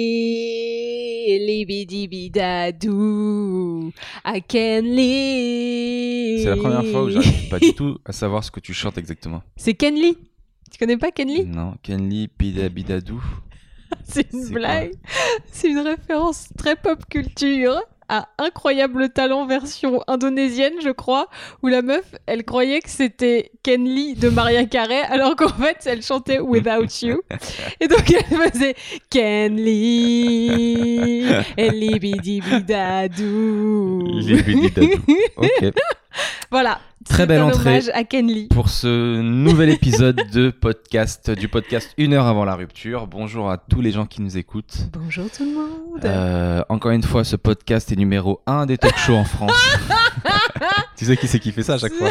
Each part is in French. Kenley, libidibidadou, Ah, à Kenley. C'est la première fois où j'arrive pas du tout à savoir ce que tu chantes exactement. C'est Kenley. Tu connais pas Kenley Non, Kenli Bidabidadou. C'est une C'est blague. C'est une référence très pop culture à Incroyable Talent version indonésienne, je crois, où la meuf, elle croyait que c'était Kenley de Maria Carey, alors qu'en fait, elle chantait Without You. Et donc, elle faisait Kenley, Elibidibidadou. Libididadou. Ok. Voilà. Très C'est belle un entrée. hommage à Kenley. Pour ce nouvel épisode de podcast, du podcast Une heure avant la rupture, bonjour à tous les gens qui nous écoutent. Bonjour tout le monde. Euh, encore une fois, ce podcast est numéro 1 des talk shows en France. tu sais qui c'est qui fait ça à chaque fois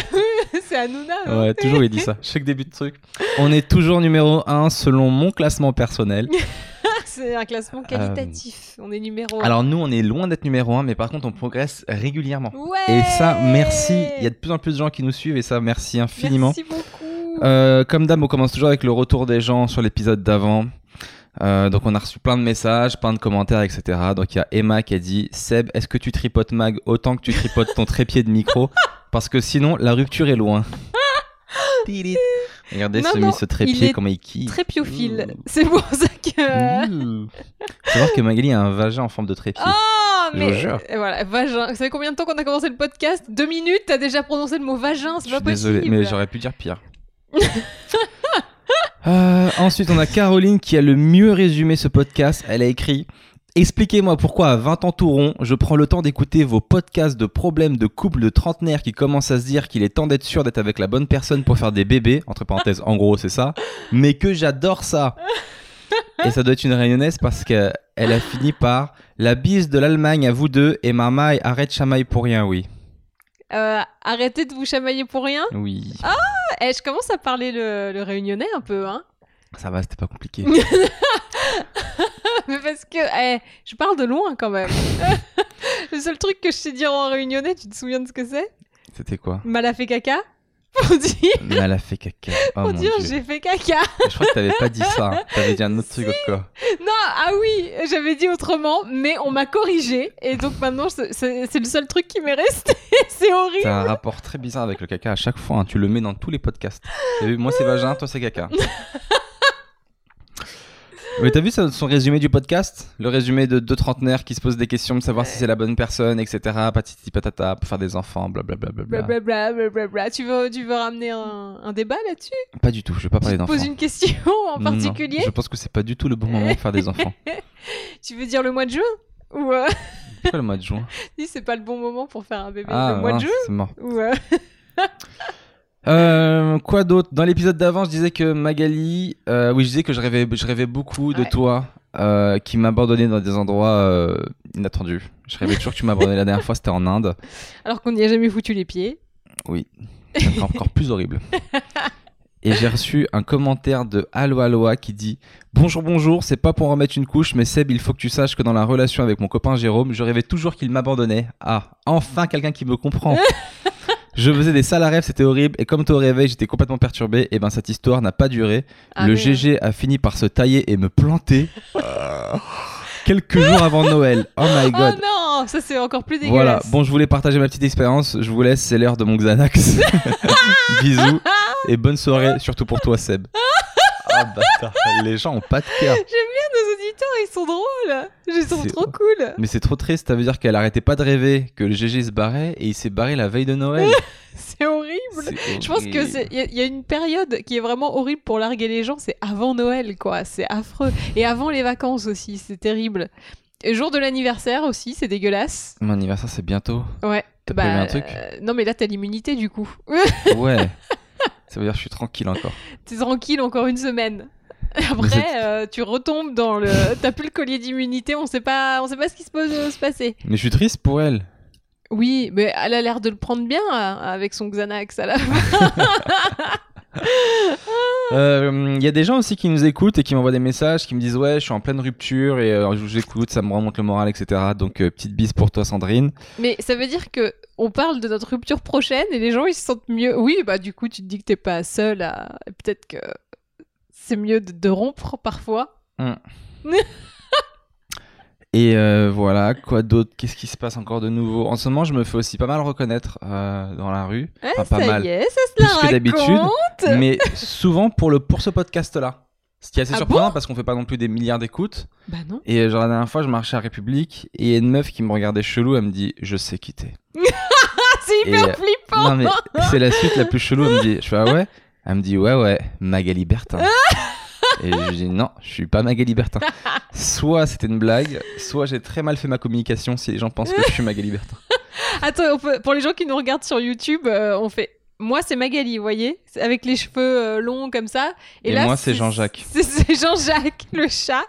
C'est Hanouna. hein. non Ouais, toujours il dit ça, chaque début de truc. On est toujours numéro 1 selon mon classement personnel. C'est un classement qualitatif. On est numéro un. Euh, Alors nous, on est loin d'être numéro 1, mais par contre, on progresse régulièrement. Ouais Et ça, merci. Il y a de plus en plus de gens qui nous suivent et ça, merci infiniment. Merci beaucoup. Euh, comme d'hab, on commence toujours avec le retour des gens sur l'épisode d'avant. Euh, donc on a reçu plein de messages, plein de commentaires, etc. Donc il y a Emma qui a dit Seb, est-ce que tu tripotes Mag autant que tu tripotes ton trépied de micro Parce que sinon la rupture est loin. Tilit. Regardez Non, ce, non, ce il trépied, est comment il qui. Très euh, piophile. Ouh. Mm-hmm. C'est pour ça que. Faut savoir que Magali a un vagin en forme de trépied. Oh, Je mais. vous jure. Et Voilà, vagin. Vous savez combien de temps qu'on a commencé le podcast Deux minutes, t'as déjà prononcé le mot vagin, c'est Je pas suis possible. désolé, mais j'aurais pu dire pire. Euh, ensuite, on a Caroline qui a le mieux résumé ce podcast. Elle a écrit Expliquez-moi pourquoi à 20 ans tout rond, je prends le temps d'écouter vos podcasts de problèmes de couples de trentenaires qui commencent à se dire qu'il est temps d'être sûr d'être avec la bonne personne pour faire des bébés, entre parenthèses, en gros, c'est ça, mais que j'adore ça. Et ça doit être une réunionnaise parce qu'elle a fini par La bise de l'Allemagne à vous deux et maman arrête chamaille pour rien, oui. Euh, arrêtez de vous chamailler pour rien. Oui. Eh, je commence à parler le, le réunionnais un peu, hein. Ça va, c'était pas compliqué. Mais parce que, eh, je parle de loin quand même. le seul truc que je sais dire en réunionnais, tu te souviens de ce que c'est C'était quoi Mal a fait caca Pour dire, Mal a fait caca. Oh pour mon dire Dieu. j'ai fait caca. Je crois que t'avais pas dit ça. hein. T'avais dit un autre truc encore. Non, ah oui, j'avais dit autrement, mais on m'a corrigé. Et donc maintenant, c'est- c'est c'est le seul truc qui m'est resté. c'est horrible. T'as un rapport très bizarre avec le caca à chaque fois. hein. Tu le mets dans tous les podcasts. T'as vu, moi c'est vagin, toi c'est caca. Mais t'as vu ça, son résumé du podcast Le résumé de deux trentenaires qui se posent des questions de savoir si c'est la bonne personne, etc. Patiti patata, pour faire des enfants, blablabla. Blablabla, blablabla. Tu veux, tu veux ramener un, un débat là-dessus Pas du tout, je vais pas Tu parler te d'enfants. poses une question en Non, particulier je pense que c'est pas du tout le bon moment de faire des enfants. Tu veux dire le mois de juin Ou euh, Pourquoi le mois de juin si c'est pas le bon moment pour faire un bébé Ah, le mois de mince, juin c'est mort. Ou euh, Euh, quoi d'autre Dans l'épisode d'avant, je disais que Magali, euh, oui, je disais que je rêvais, je rêvais beaucoup de Ouais. toi, euh, qui m'abandonnait dans des endroits euh, inattendus. Je rêvais toujours que tu m'abandonnais la dernière fois, c'était en Inde. Alors qu'on n'y a jamais foutu les pieds. Ça me rend encore plus horrible. Et j'ai reçu un commentaire de Allo Aloha qui dit Bonjour, bonjour, c'est pas pour en remettre une couche, mais Seb, il faut que tu saches que dans la relation avec mon copain Jérôme, je rêvais toujours qu'il m'abandonnait. Ah, enfin quelqu'un qui me comprend Je faisais des sales à rêve, c'était horrible, et comme toi au réveil, j'étais complètement perturbé, et ben cette histoire n'a pas duré. Ah, le mais, GG a fini par se tailler et me planter Euh, quelques jours avant Noël. Oh my euh, god Oh non, ça c'est encore plus voilà, dégueulasse. bon, je voulais partager ma petite expérience. Je vous laisse, c'est l'heure de mon Xanax. Bisous et bonne soirée, surtout pour toi, Seb. Ah, bâtard, les gens ont pas de cœur. J'aime bien nos auditeurs, ils sont drôles. Je les trouve C'est- trop cool. Mais c'est trop triste, ça veut dire qu'elle arrêtait pas de rêver, que le GG se barrait et il s'est barré la veille de Noël. C'est horrible. C'est Je pense que horrible. c'est il y, a- il y a une période qui est vraiment horrible pour larguer les gens, c'est avant Noël quoi, c'est affreux et avant les vacances aussi, c'est terrible. Et jour de l'anniversaire aussi, c'est dégueulasse. Mon anniversaire, c'est bientôt. Ouais. T'as prévu un truc euh, non mais là t'as l'immunité du coup. Ouais. Ça veut dire que je suis tranquille encore. T'es tranquille encore une semaine. Mais c'est- Après euh, tu retombes dans le t'as plus le collier d'immunité, on sait pas on sait pas ce qui se peut euh, se passer. Mais je suis triste pour elle. Oui, mais elle a l'air de le prendre bien euh, avec son Xanax à la fin. Euh, Il y a des gens aussi qui nous écoutent et qui m'envoient des messages, qui me disent ouais, je suis en pleine rupture et euh, je vous écoute, ça me remonte le moral, etc. Donc euh, petite bise pour toi, Sandrine. Mais ça veut dire que on parle de notre rupture prochaine et les gens ils se sentent mieux. Oui, bah du coup tu te dis que t'es pas seul à... et peut-être que c'est mieux de, de rompre parfois. Et euh, voilà, quoi d'autre Qu'est-ce qui se passe encore de nouveau En ce moment, je me fais aussi pas mal reconnaître euh, dans la rue. Eh, Enfin, pas ça mal. y est, ça se Plus la que d'habitude. raconte. Mais souvent pour, le, pour ce podcast-là. Ce qui est assez Ah surprenant parce qu'on fait pas non plus des milliards d'écoutes. Bah non. Et euh, genre la dernière fois, je marchais à République et il y a une meuf qui me regardait chelou, elle me dit Je sais qui t'es. Ah, c'est Et, hyper euh, flippant. Non, mais c'est la suite la plus chelou, elle me dit Je fais Ah ouais Elle me dit Ouais, ouais, Magali Bertin. Et je dis non, je suis pas Magali Bertin. Soit c'était une blague, soit j'ai très mal fait ma communication si les gens pensent que je suis Magali Bertin. Attends, on peut- pour les gens qui nous regardent sur YouTube, euh, on fait. Moi, c'est Magali, vous voyez C'est Avec les cheveux euh, longs comme ça. Et, Et là, moi, c'est Jean-Jacques. C'est c'est Jean-Jacques, le chat,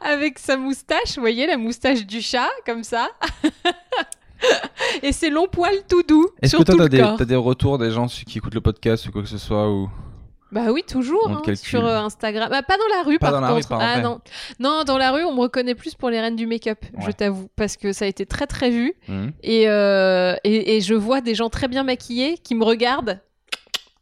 avec sa moustache, vous voyez, la moustache du chat, comme ça. Et ses longs poils tout doux Est-ce sur que toi, tout t'as le des, corps. t'as des retours des gens qui écoutent le podcast ou quoi que ce soit ou... Bah oui, toujours, On te hein, calcule. sur euh, Instagram. Bah, pas dans la rue, Pas par dans la rue, contre. par ah, vrai. non. non, dans la rue, on me reconnaît plus pour les reines du make-up, je Ouais. t'avoue, parce que ça a été très très vu. Hmm. Et, euh, et, et je vois des gens très bien maquillés qui me regardent.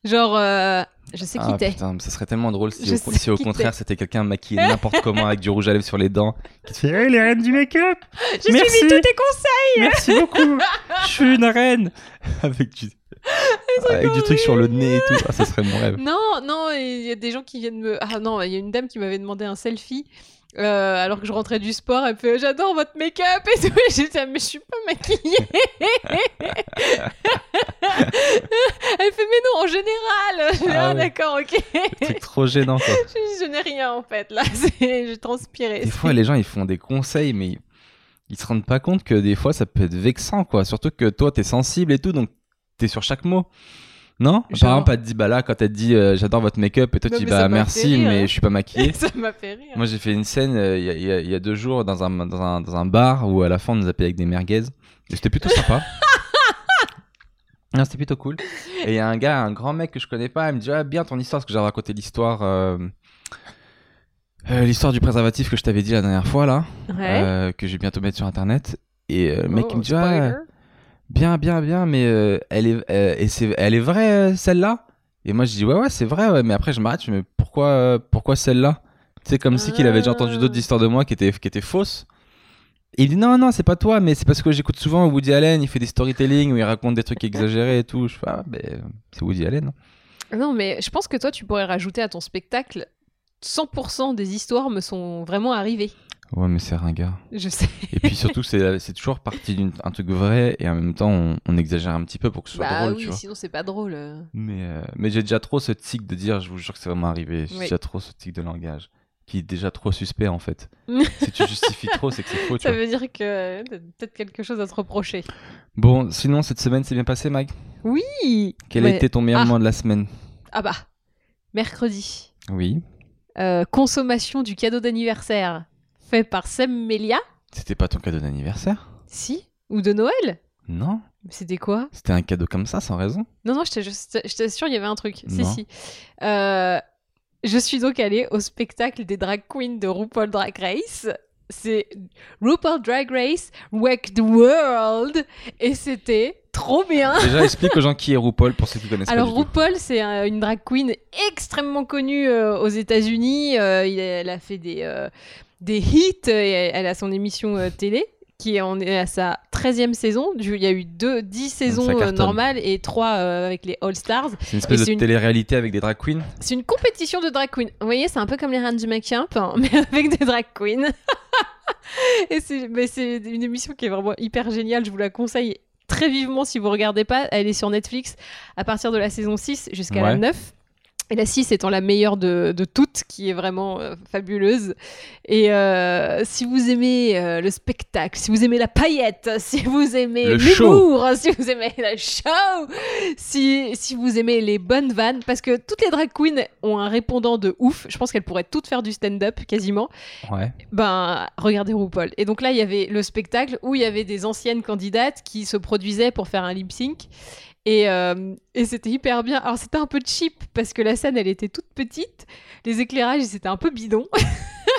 Genre, euh, je sais qui Ah, t'es. putain, mais ça serait tellement drôle si, Je au, sais si au qui contraire c'était quelqu'un maquillé n'importe comment avec du rouge à lèvres sur les dents qui te fait Hey, les reines du make-up J'ai Merci. suivi tous tes conseils. Merci beaucoup Je suis une reine Avec du, avec du truc sur le nez et tout. Ah, ça serait mon rêve. Non, non, et il y a des gens qui viennent me. Ah non, il y a une dame qui m'avait demandé un selfie. euh, alors que je rentrais du sport, elle me fait j'adore votre make-up et tout. Et J'étais ah, mais je suis pas maquillée. elle fait mais non en général. Je fais, Ah Ah, ouais. d'accord ok. Le truc trop gênant quoi. je, je n'ai rien en fait là. C'est- Je transpirais. Des fois les gens ils font des conseils mais ils, ils se rendent pas compte que des fois ça peut être vexant quoi. Surtout que toi t'es sensible et tout donc t'es sur chaque mot. Non Genre- Par exemple, elle te dit bah là quand elle te dit euh, j'adore votre make-up et toi Non, tu dis mais ça bah m'a fait merci rire. mais je suis pas maquillée. Ça m'a fait rire. Moi, j'ai fait une scène euh, il y a- il y, a- il y a deux jours dans un, dans, un, dans un bar où à la fin on nous a payé avec des merguez. Et C'était plutôt sympa. Non, c'était plutôt cool. Et il y a un gars, un grand mec que je connais pas, il me dit Ah, bien ton histoire, parce que j'avais raconté l'histoire. euh, euh, l'histoire du préservatif que je t'avais dit la dernière fois, là, Ouais. euh, que j'ai bientôt mettre sur internet. Et euh, le mec, Oh, il me dit Ah, spoiler. Bien, bien, bien, mais euh, elle, est, euh, et c'est, elle est vraie, euh, celle-là Et moi, je dis, ouais, ouais, c'est vrai, ouais. mais après, je m'arrête, je me dis, mais pourquoi, euh, pourquoi celle-là C'est comme si qu'il avait déjà entendu d'autres Ah. histoires de moi qui étaient, qui étaient fausses. Et il dit, non, non, c'est pas toi, mais c'est parce que j'écoute souvent Woody Allen, il fait des storytelling où il raconte des trucs exagérés et tout. Je fais, ah, ben, euh, c'est Woody Allen. hein. Non, mais je pense que toi, tu pourrais rajouter à ton spectacle 100% des histoires me sont vraiment arrivées. Ouais, mais c'est ringard. Je sais. Et puis surtout, c'est, c'est toujours parti d'un truc vrai et en même temps, on, on exagère un petit peu pour que ce soit bah drôle, tu oui, vois. sinon c'est pas drôle. euh. Mais, euh, mais j'ai déjà trop ce tic de dire, je vous jure que ça va m'arriver. J'ai Oui. déjà trop ce tic de langage qui est déjà trop suspect en fait. Mm. si tu justifies trop, c'est que c'est faux. tu Ça vois. veut dire que t'as peut-être quelque chose à te reprocher. Bon, sinon, cette semaine c'est bien passé, Mag. Oui Quel a Ouais. été ton meilleur Ah. moment de la semaine Ah bah, mercredi, Oui. euh, consommation du cadeau d'anniversaire fait par Sem Melia, C'était pas ton cadeau d'anniversaire si Ou de Noël Non. C'était quoi C'était un cadeau comme ça, sans raison Non, non, je t'ai- je t'assure, il y avait un truc. Si, Non. si. Euh, je suis donc allée au spectacle des drag queens de RuPaul Drag Race. C'est RuPaul Drag Race Wake the World. Et c'était trop bien. Déjà, explique aux gens qui est RuPaul pour ceux qui connaissent Alors Ah, pas. du tout. RuPaul, c'est euh, une drag queen extrêmement connue euh, aux États-Unis. Euh, il- elle a fait des, euh, des hits. euh, et elle elle a son émission euh, télé qui est, en, est à sa 13e saison. Du- Il y a eu deux, 10 saisons euh, cartonne. normales et 3 avec les All Stars. C'est une espèce et de c'est une- télé-réalité avec des drag queens. C'est une compétition de drag queen. Vous voyez, c'est un peu comme les reines du make-up, hein, mais avec des drag queens. Et c'est mais c'est une émission qui est vraiment hyper géniale. Je vous la conseille très vivement si vous regardez pas. Elle est sur Netflix à partir de la saison 6 jusqu'à la Ouais. 9. Et la 6 étant la meilleure de, de toutes, qui est vraiment euh, fabuleuse. Et euh, si vous aimez euh, le spectacle, si vous aimez la paillette, si vous aimez Le l'humour, si vous aimez le show, si, si vous aimez les bonnes vannes, parce que toutes les drag queens ont un répondant de ouf, je pense qu'elles pourraient toutes faire du stand-up quasiment, Ouais. ben regardez RuPaul. Et donc là, il y avait le spectacle où il y avait des anciennes candidates qui se produisaient pour faire un lip sync. Et, euh, et c'était hyper bien. Alors c'était un peu cheap parce que la scène, elle était toute petite, les éclairages, c'était un peu bidon.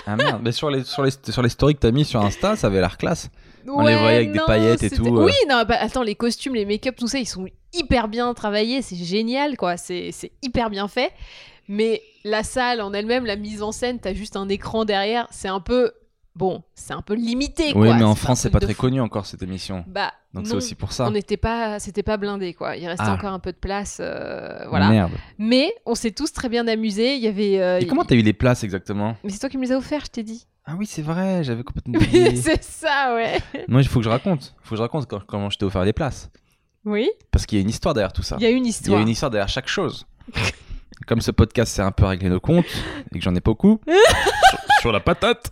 Ah merde. mais sur les, sur, les, sur les stories que t'as mis sur Insta, ça avait l'air classe. On les Ouais, voyait avec des non, paillettes et c'était- tout, euh. Oui, non, bah, attends, les costumes, les make-up, tout ça, ils sont hyper bien travaillés, c'est génial, quoi. C'est c'est hyper bien fait. Mais la salle en elle-même, la mise en scène, t'as juste un écran derrière, c'est un peu. Bon, c'est un peu limité quoi. Oui, mais en un France, c'est truc pas de très fou. connu encore cette émission. Bah, Donc c'est non, aussi pour ça. on n'était pas, c'était pas blindé quoi. Il restait Ah. encore un peu de place, euh, voilà. Merde. Mais on s'est tous très bien amusés. Il y avait. euh, Et comment t'as eu les places exactement Mais c'est toi qui me les as offerts, je t'ai dit. Ah oui, c'est vrai, j'avais complètement Mais oublié. c'est ça, ouais. Moi, il faut que je raconte. Il faut que je raconte quand- comment je t'ai offert des places. Oui. Parce qu'il y a une histoire derrière tout ça. Il y a une Il y histoire. a une histoire derrière chaque chose. Comme ce podcast, c'est un peu réglé nos comptes et que j'en ai beaucoup sur, sur la patate.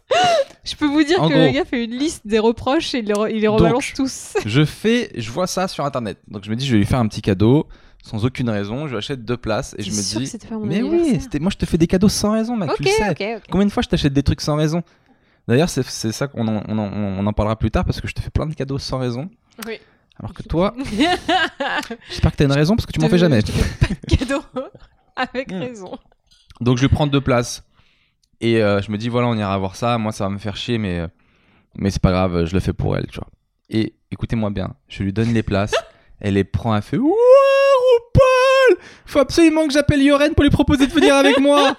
Je peux vous dire En que gros. le gars fait une liste des reproches et il les, re- il les Donc. rebalance tous. Je fais, je vois ça sur internet. Donc je me dis, je vais lui faire un petit cadeau sans aucune raison. Je lui achète deux places et je T'es me sûr que dis, c'était pas mon mais oui, anniversaire c'était, moi je te fais des cadeaux sans raison, mec. tu Ok, le sais. ok, ok. Combien de fois je t'achète des trucs sans raison D'ailleurs, c'est, c'est ça qu'on en, on en- on en parlera plus tard parce que je te fais plein de cadeaux sans raison. Oui. Alors que toi, tu j'espère que t'as une raison parce que tu m'en fais jamais. Pas de cadeau. Avec Hmm. raison. Donc je prends deux places. Et euh, je me dis, voilà, on ira voir ça. Moi, ça va me faire chier, mais, euh, mais c'est pas grave, je le fais pour elle, tu vois. Et écoutez-moi bien, je lui donne les places. elle les prend, elle fait Ouah, RuPaul Faut absolument que j'appelle Yoren pour lui proposer de venir avec moi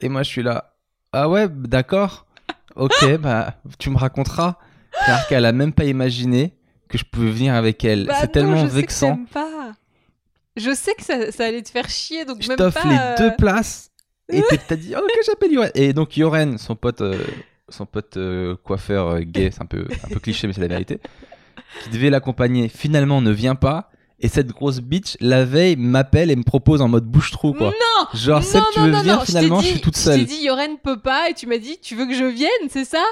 Et moi, je suis là, ah ouais, b- d'accord. Ok, bah, tu me raconteras. Car qu'elle a même pas imaginé que je pouvais venir avec elle. Bah c'est non, tellement je sais que vexant. t'aimes pas. Je sais que ça, ça allait te faire chier, donc je même t'offre pas, les euh, deux places et t'es- t'as dit ok j'appelle Yoren et donc Yoren son pote euh, son pote euh, coiffeur euh, gay c'est un peu un peu cliché mais c'est la vérité qui devait l'accompagner finalement ne vient pas et cette grosse bitch la veille m'appelle et me propose en mode bouche trou quoi Non genre non, Seb tu non, veux non, venir non, je t'ai finalement je dit- suis toute Je seule t'ai dit, Yoren peut pas, et tu m'as dit, tu veux que je vienne, c'est ça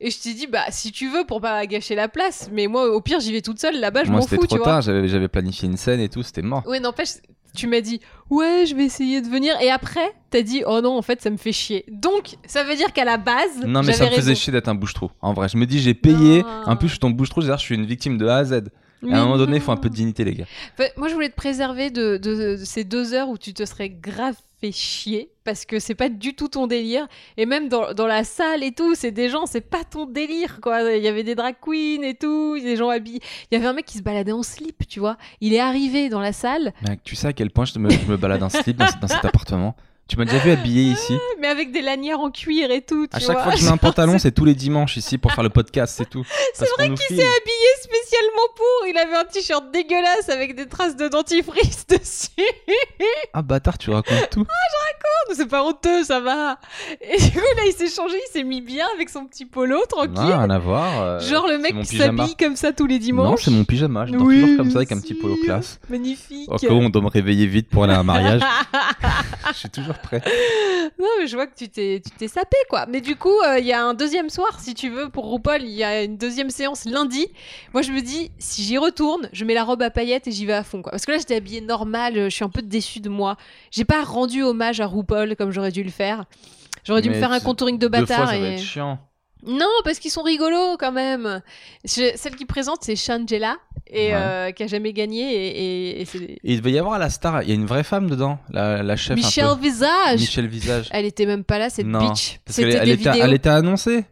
Et je t'ai dit, bah, si tu veux, pour pas gâcher la place, mais moi, au pire, j'y vais toute seule, là-bas, je moi m'en c'était fous, trop tu vois. tard j'avais j'avais planifié une scène et tout c'était mort Ouais, n'empêche, tu m'as dit, ouais, je vais essayer de venir, et après, t'as dit, oh non, en fait, ça me fait chier. Donc, ça veut dire qu'à la base, non mais Euh, ça j'avais me faisait raison. chier d'être un bouche trou en vrai je me dis j'ai payé Non. en plus je suis ton bouche trou c'est-à-dire je suis une victime de A à Z et Mais à un moment donné il non. faut un peu de dignité les gars Enfin, moi, je voulais te préserver de, de- de ces deux heures où tu te serais grave fait chier parce que c'est pas du tout ton délire. Et même dans, dans la salle et tout, c'est des gens, c'est pas ton délire quoi. Il y avait des drag queens et tout, des gens habillés. Il y avait un mec qui se baladait en slip, tu vois. Il est arrivé dans la salle, Mec, tu sais à quel point je me, je me balade en slip dans, ce- dans cet appartement Tu m'as déjà vu habillé ici mais avec des lanières en cuir et tout. Tu À chaque Ah, vois. fois que je mets un pantalon, c'est tous les dimanches ici pour faire le podcast, c'est tout. C'est vrai qu'il Il s'est habillé spécialement pour. Il avait un t-shirt dégueulasse avec des traces de dentifrice dessus. Ah bâtard, tu racontes tout. C'est pas honteux, ça va. Et du coup, là, il s'est changé, il s'est mis bien avec son petit polo, tranquille. Non, rien à voir. euh, Genre le c'est mec mon qui pyjama. s'habille comme ça tous les dimanches. Non, c'est mon pyjama. Je dors Oui, toujours comme ça bien avec un petit polo sûr. classe. Magnifique. Encore, on doit me réveiller vite pour aller à un mariage. je suis toujours prêt. non, mais je vois que tu t'es, tu t'es sapé, quoi. Mais du coup, euh, il y a un deuxième soir, si tu veux, pour RuPaul, il y a une deuxième séance lundi. Moi, je me dis, si j'y retourne, je mets la robe à paillettes et j'y vais à fond, quoi. Parce que là, j'étais habillée normale, euh, je suis un peu déçue de moi. J'ai pas rendu hommage à RuPaul comme j'aurais dû le faire. J'aurais dû Mais me faire un tu- contouring de Deux fois, bâtard. ça va et... être chiant. Non, parce qu'ils sont rigolos quand même. Je- celle qui présente, c'est Shangela, et, Ouais. euh, qui a jamais gagné. Et, et- et c'est Et il devait y avoir la star. Il y a une vraie femme dedans, la, la chef. un peu. Michel Visage. Michel Visage. Elle était même pas là, cette Non, bitch. Parce qu'elle C'était elle des était, vidéos. elle était annoncée.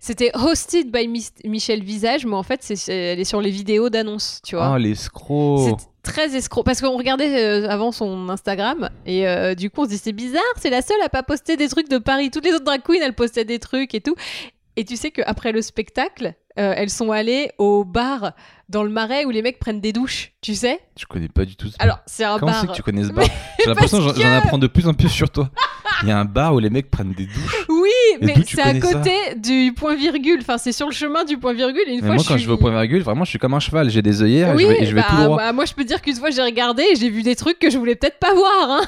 C'était hosted by Mis- Michel Visage, mais en fait, c'est- c'est- elle est sur les vidéos d'annonce, tu vois. Oh, les C'est escrocs. très escroc. Parce qu'on regardait euh, avant son Instagram, et euh, du coup, on se dit, c'est bizarre, c'est la seule à pas poster des trucs de Paris. Toutes les autres drag queens, elles postaient des trucs et tout. Et tu sais qu'après le spectacle, euh, elles sont allées au bar dans le marais où les mecs prennent des douches, tu sais Je connais pas du tout ce Alors, c'est un Comment bar. c'est que tu connais ce bar J'ai l'impression que Ah, bah, parce j'en- j'en apprends de plus en plus sur toi. Il y a un bar où les mecs prennent des douches. Oui, Et mais d'où tu c'est à connais ça côté du point virgule. Enfin, c'est sur le chemin du point virgule. Et Une Mais fois, moi, quand suis- je vais au point virgule, vraiment, je suis comme un cheval. J'ai des œillères et Oui, je vais, et je vais bah, tout droit. bah, moi je peux dire qu'une fois j'ai regardé et j'ai vu des trucs que je voulais peut-être pas voir. hein.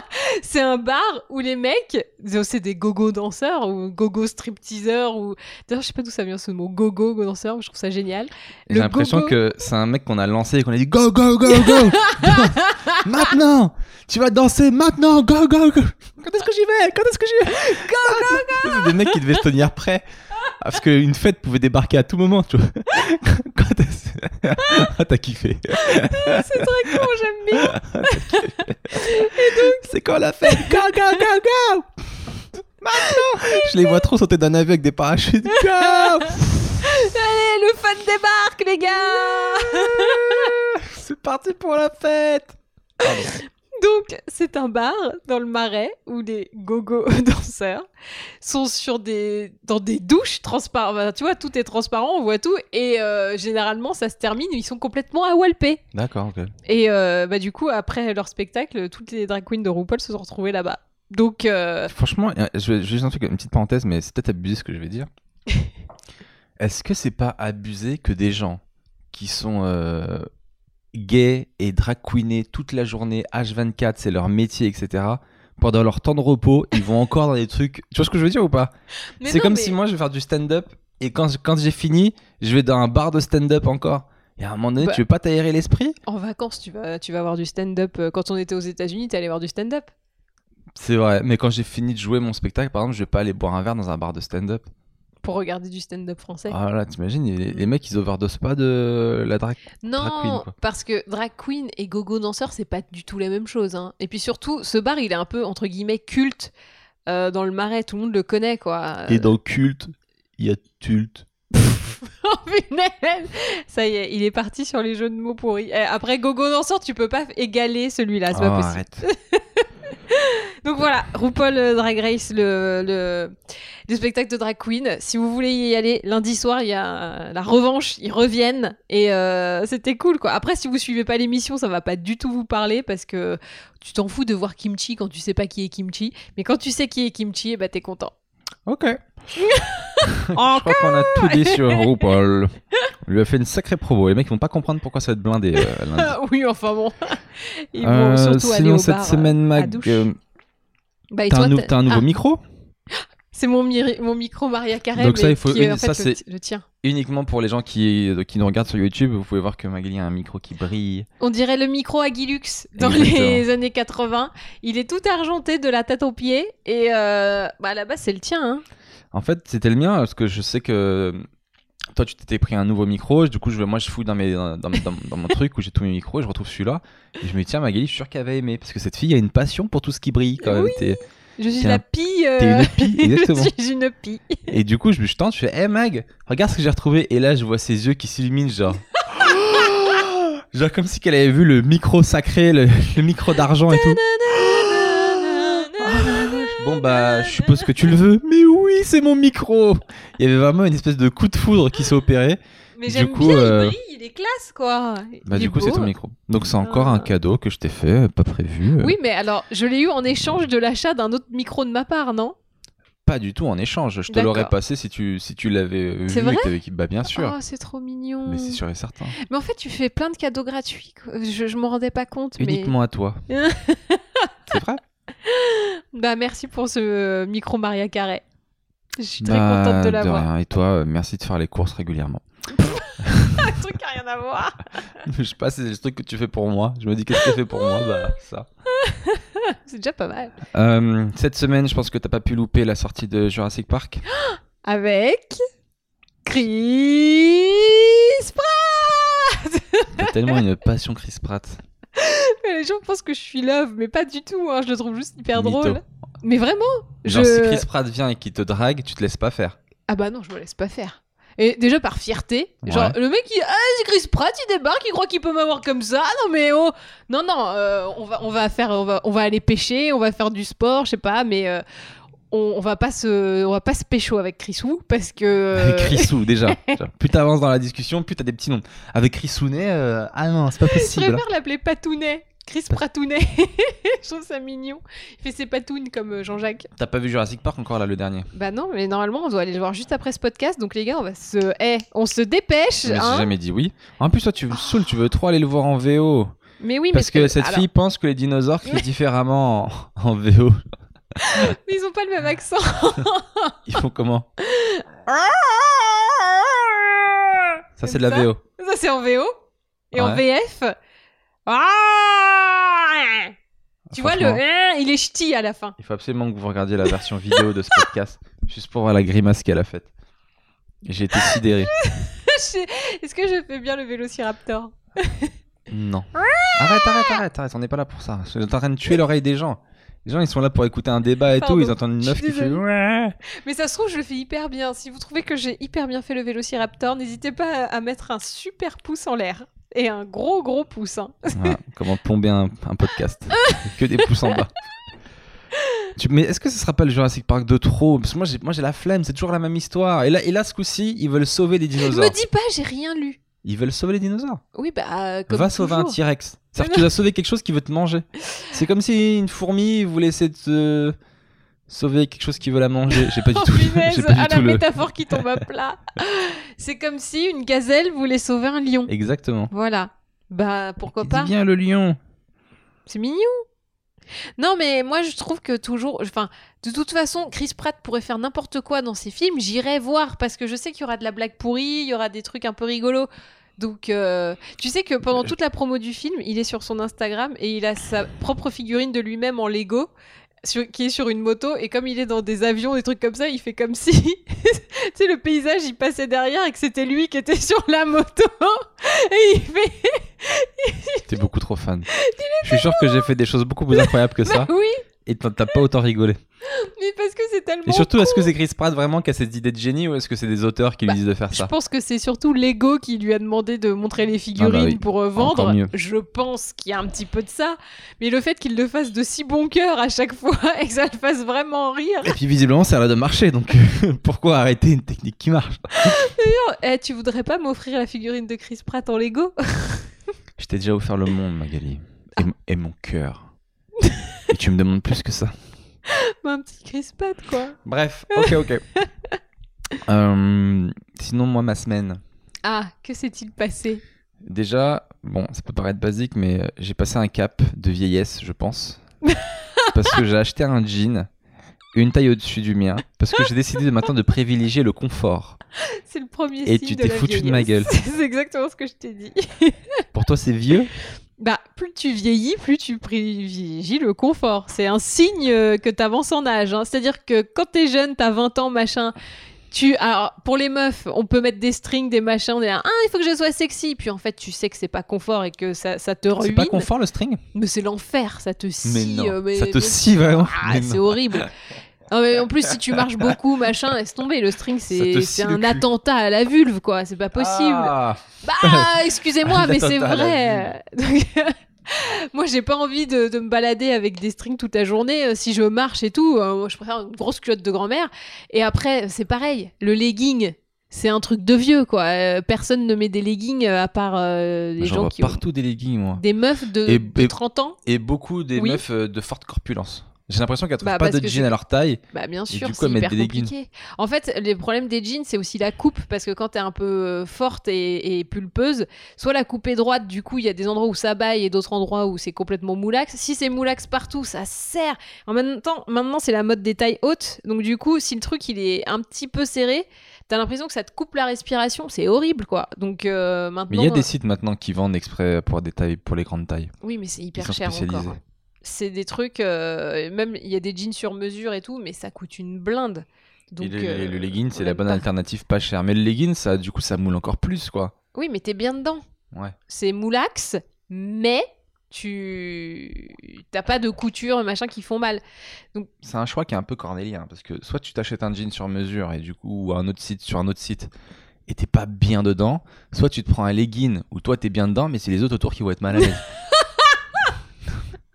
c'est un bar où les mecs, c'est des gogo danseurs ou gogo stripteaseurs ou d'ailleurs je sais pas d'où ça vient ce mot gogo danseur, mais je trouve ça génial. J'ai le l'impression gogo. que c'est un mec qu'on a lancé et qu'on a dit Go, go, go, go Danse Maintenant Tu vas danser maintenant Go, go, go Quand est-ce que j'y vais Quand est-ce que j'y vais Go, go, go C'est des mecs qui devaient se tenir prêts. Parce qu'une fête pouvait débarquer à tout moment, tu vois. Quand est-ce. Ah, t'as kiffé. c'est très con, j'aime bien. C'est quand la fête Go, go, go, go Maintenant Je les vois trop sauter d'un avion avec des parachutes. Go Allez, le fan débarque les gars. C'est parti pour la fête Donc, c'est un bar dans le marais où les gogo danseurs sont sur des, dans des douches transparentes. Tu vois, tout est transparent, on voit tout. Et euh, généralement, ça se termine, ils sont complètement à walper. D'accord, ok. Et euh, bah, du coup, après leur spectacle, toutes les drag queens de RuPaul se sont retrouvées là-bas. Donc, euh, Franchement, euh, je vais je vais juste un truc, une petite parenthèse, mais c'est peut-être abusé ce que je vais dire. Est-ce que c'est pas abusé que des gens qui sont euh, gays et drag queenés toute la journée, H24, c'est leur métier, etc., pendant leur temps de repos, ils vont encore dans des trucs. Tu vois ce que je veux dire ou pas mais C'est non, comme mais- si moi je vais faire du stand-up et quand, quand j'ai fini, je vais dans un bar de stand-up encore. Et à un moment donné, Bah. tu veux pas t'aérer l'esprit En vacances, tu vas, tu vas voir du stand-up. Euh, Quand on était aux États-Unis, t'es allé voir du stand-up. C'est vrai, mais quand j'ai fini de jouer mon spectacle, par exemple, je vais pas aller boire un verre dans un bar de stand-up. Pour regarder du stand-up français. Ah là, t'imagines, les, Mm. les mecs ils overdosent pas de la drague. non, queen, quoi. parce que drag queen et gogo danseur, c'est pas du tout la même chose. hein. Et puis surtout, ce bar, il est un peu, entre guillemets, culte euh, dans le marais. Tout le monde le connaît, quoi. Euh, dans culte, il y a tulte. Oh, punaise Ça y est, il est parti sur les jeux de mots pourris. Eh, après Gogo danseur, tu peux pas égaler celui-là, Ah, c'est Ah, pas possible. arrête. Donc voilà, RuPaul euh, Drag Race, le, le, le spectacle de drag queen. Si vous voulez y aller, lundi soir, il y a euh, la revanche, ils reviennent et euh, c'était cool quoi. Après, si vous suivez pas l'émission, ça va pas du tout vous parler parce que tu t'en fous de voir Kimchi quand tu sais pas qui est Kimchi, mais quand tu sais qui est Kimchi, eh ben t'es content. Ok. Je crois qu'on a tout dit Ah, sur RuPaul. On lui a fait une sacrée promo. Les mecs vont pas comprendre pourquoi ça va être blindé euh, lundi. oui, enfin bon, ils vont Euh, surtout aller sinon au cette bar, semaine, euh, à Mag, douche. euh, Bah, et t'as toi, un, nou- t'as- t'as un nouveau Ah, micro C'est mon, miri- mon micro Maria Carré, Donc ça, mais il faut- qui est en ça, fait le, c'est- ti- le tien. Uniquement pour les gens qui, euh, qui nous regardent sur YouTube, vous pouvez voir que Magli a un micro qui brille. On dirait le micro Aguilux dans Exactement. les années 80. Il est tout argenté de la tête aux pieds et euh, bah, là-bas c'est le tien. hein. En fait, c'était le mien parce que je sais que toi, tu t'étais pris un nouveau micro. Du coup, je, moi, je fouille dans, mes, dans, dans- dans- dans mon truc où j'ai tous mes micros et je retrouve celui-là. Et je me dis, tiens, Magali, je suis sûr qu'elle avait aimé parce que cette fille a une passion pour tout ce qui brille quand même. Oui. T'es Je suis T'es un- la pie. euh, t'es une pie, exactement. je suis une pie. Et du coup, je me je tente, je fais, hé Mag, regarde ce que j'ai retrouvé. Et là, je vois ses yeux qui s'illuminent, genre. genre comme si qu'elle avait vu le micro sacré, le, le micro d'argent et tout. Bon bah, je suppose que tu le veux. Mais oui, c'est mon micro. Il y avait vraiment une espèce de coup de foudre qui s'est opéré. Mais Du j'aime coup, bien, euh, il brille, il est classe quoi. Bah Il du est coup, c'est beau. Ah. ton micro. Donc c'est encore un cadeau que je t'ai fait, euh, pas prévu. Oui, mais alors je l'ai eu en échange de l'achat d'un autre micro de ma part, non Pas du tout en échange. Je te D'accord. l'aurais passé si tu si tu l'avais euh, C'est vu. vrai et que t'avais- Bah bien sûr. Oh, c'est trop mignon. Mais c'est sûr et certain. Mais en fait, tu fais plein de cadeaux gratuits. quoi. Je, je m'en rendais pas compte. mais... Uniquement à toi. c'est vrai. Bah merci pour ce euh, micro Maria Carré. Je suis très Bah, contente de de l'avoir. rien. Et toi, euh, merci de faire les courses régulièrement. Un truc qui a rien à voir. je sais pas, c'est le truc que tu fais pour moi. Je me dis qu'est-ce que tu fais pour moi, bah ça. C'est déjà pas mal. Euh, cette semaine, je pense que t'as pas pu louper la sortie de Jurassic Park. Avec Chris Pratt. T'as tellement une passion Chris Pratt. Les gens pensent que je suis love, mais pas du tout. hein. Je le trouve juste hyper Mytho. drôle. Mais vraiment Genre je... si Chris Pratt vient et qu'il te drague, tu te laisses pas faire. Ah bah non, je me laisse pas faire. Et déjà par fierté, genre Ouais. le mec il ah c'est Chris Pratt, il débarque, il croit qu'il peut m'avoir comme ça. Ah Non mais oh, non non, euh, on va on va faire on va on va aller pêcher, on va faire du sport, je sais pas, mais euh, on, on va pas se on va pas se pécho avec Chris Wu parce que euh, Avec Chrisou, déjà. Genre, plus t'avances dans la discussion, plus t'as des petits noms. Avec Chrisounet, euh, ah non, c'est pas je possible. préfère l'appeler Patounet. Chris Pratounet, je trouve ça mignon. Il fait ses patounes comme euh, Jean-Jacques. T'as pas vu Jurassic Park encore là, le dernier Bah non, mais normalement on doit aller le voir juste après ce podcast. Donc les gars, on va se, eh, on se dépêche. Mais hein. J'ai jamais dit oui. En plus, toi, tu me saoules, tu veux trop aller le voir en VO. Mais oui, Parce mais que cette alors, fille pense que les dinosaures crient différemment en, en VO. mais ils ont pas le même accent. Ils font comment Ça, c'est de la Comme ça. VO. Ça, c'est en VO. Et en Ouais. VF. Ah tu vois, le Franchement. hein, il est ch'ti à la fin. Il faut absolument que vous regardiez la version vidéo de ce podcast, juste pour voir la grimace qu'elle a faite. J'ai été sidéré. Je sais- Est-ce que je fais bien le vélociraptor Non. Ah Arrête, arrête, arrête, arrête, on n'est pas là pour ça. On est en train de tuer l'oreille des gens. Les gens, ils sont là pour écouter un débat et Pardon, tout, ils entendent une je meuf suis qui fait. désolée. Ouais. Mais ça se trouve, je le fais hyper bien. Si vous trouvez que j'ai hyper bien fait le vélociraptor, n'hésitez pas à mettre un super pouce en l'air. et un gros gros hein. poussin. Voilà, comment plomber un, un podcast Que des pouces en bas. Tu- mais est-ce que ce sera pas le Jurassic Park de trop Parce que moi j'ai, moi j'ai la flemme, c'est toujours la même histoire. Et là, et là ce coup-ci, ils veulent sauver les dinosaures. Me dis pas, j'ai rien lu. Ils veulent sauver les dinosaures. Oui, bah, euh, comme Va sauver un toujours. T-Rex. C'est-à-dire Mais que tu vas sauver quelque chose qui veut te manger. C'est comme si une fourmi voulait essayer de te- sauver quelque chose qui veut la manger. J'ai pas du Oh, tout, le- punaise, j'ai pas du ah, tout la le. métaphore qui tombe à plat. C'est comme si une gazelle voulait sauver un lion. Exactement. Voilà. Bah, pourquoi Dis pas bien le lion. C'est mignon. Non, mais moi, je trouve que toujours. Enfin, de toute façon, Chris Pratt pourrait faire n'importe quoi dans ses films. J'irai voir parce que je sais qu'il y aura de la blague pourrie, il y aura des trucs un peu rigolos. Donc, euh, tu sais que pendant toute la promo du film, il est sur son Instagram et il a sa propre figurine de lui-même en Lego. sur- qui est sur une moto et comme il est dans des avions des trucs comme ça il fait comme si tu sais le paysage il passait derrière et que c'était lui qui était sur la moto et il fait T'es beaucoup trop fan. Je suis sûr que j'ai fait des choses beaucoup plus incroyables que ça. Bah oui Et t'as t'as pas autant rigolé. mais parce que c'est tellement Et surtout, est-ce que c'est Chris Pratt vraiment qui a cette idée de génie ou est-ce que c'est des auteurs qui lui disent de faire Bah, Je ça pense que c'est surtout Lego qui lui a demandé de montrer les figurines Ah bah oui. pour euh, Encore vendre. mieux. Je pense qu'il y a un petit peu de ça. Mais le fait qu'il le fasse de si bon cœur à chaque fois et que ça le fasse vraiment rire. Et puis visiblement, ça a l'air de marcher. Donc pourquoi arrêter une technique qui marche Eh, tu voudrais pas m'offrir la figurine de Chris Pratt en Lego Je t'ai déjà offert le monde, Magali. Ah. Et, mon- et mon cœur. Et tu me demandes plus que ça. Un petit Chris Pratt, quoi. Bref, ok, ok. Euh, sinon, moi, ma semaine. Ah, que s'est-il passé Déjà, bon, ça peut paraître basique, mais euh, j'ai passé un cap de vieillesse, je pense. parce que j'ai acheté un jean, une taille au-dessus du mien, parce que j'ai décidé de- maintenant de privilégier le confort. C'est le premier Et signe tu de t'es la foutu de ma vieillesse. gueule. C'est exactement ce que je t'ai dit. Pour toi, c'est vieux Bah, plus tu vieillis, plus tu privilégies le confort. C'est un signe euh, que t'avances en âge. hein. C'est-à-dire que quand t'es jeune, t'as 20 ans, machin. Tu, alors, pour les meufs, on peut mettre des strings, des machins, on est là, ah, il faut que je sois sexy. Puis en fait, tu sais que c'est pas confort et que ça, ça te C'est ruine. pas confort le string Mais c'est l'enfer, ça te scie. Mais non, euh, mais- ça te mais- scie vraiment. Ah, Mais c'est non. horrible. Non, mais en plus, si tu marches beaucoup, machin, laisse tomber. Le string, te c'est scie c'est le un cul. attentat à la vulve, quoi. C'est pas possible. Ah, Bah, excusez-moi, Un mais c'est attentat à la vrai. Donc, Moi, j'ai pas envie de, de me balader avec des strings toute la journée. Euh, Si je marche et tout, euh, moi, je préfère une grosse culotte de grand-mère. Et après, c'est pareil. Le legging, c'est un truc de vieux, quoi. Euh, personne ne met des leggings euh, à part euh, les J'en gens vois qui ont partout des leggings, moi. des meufs de, Et- de et- 30 ans. Et beaucoup des Oui. meufs euh, de forte corpulence. J'ai l'impression qu'elles trouvent Bah, pas parce de que jean c'est- à leur taille. Bah bien sûr, du coup, c'est elles mettent hyper des leggings. compliqué. En fait, le problème des jeans, c'est aussi la coupe, parce que quand t'es un peu euh, forte et, et pulpeuse, soit la coupe est droite, du coup, il y a des endroits où ça baille et d'autres endroits où c'est complètement moulax. Si c'est moulax partout, ça serre. En même temps, maintenant, c'est la mode des tailles hautes, donc du coup, si le truc il est un petit peu serré, t'as l'impression que ça te coupe la respiration, c'est horrible, quoi. Donc euh, Mais maintenant, il y a euh, des sites maintenant qui vendent exprès pour des tailles, pour les grandes tailles. oui, mais c'est Ils sont hyper cher spécialisés. encore. C'est des trucs, euh, même il y a des jeans sur mesure et tout, mais ça coûte une blinde. Et Donc, le, le- le euh, legging, on c'est la aime bonne pas. alternative, pas cher. Mais le legging, ça, du coup, ça moule encore plus, quoi. Oui, mais t'es bien dedans. Ouais. C'est moulax, mais tu t'as pas de couture et machin qui font mal. C'est un choix qui est un peu cornélien, hein, parce que soit tu t'achètes un jean sur mesure et du coup, ou un autre site sur un autre site, et t'es pas bien dedans, soit tu te prends un legging où toi t'es bien dedans, mais c'est les autres autour qui vont être mal à l'aise. Tu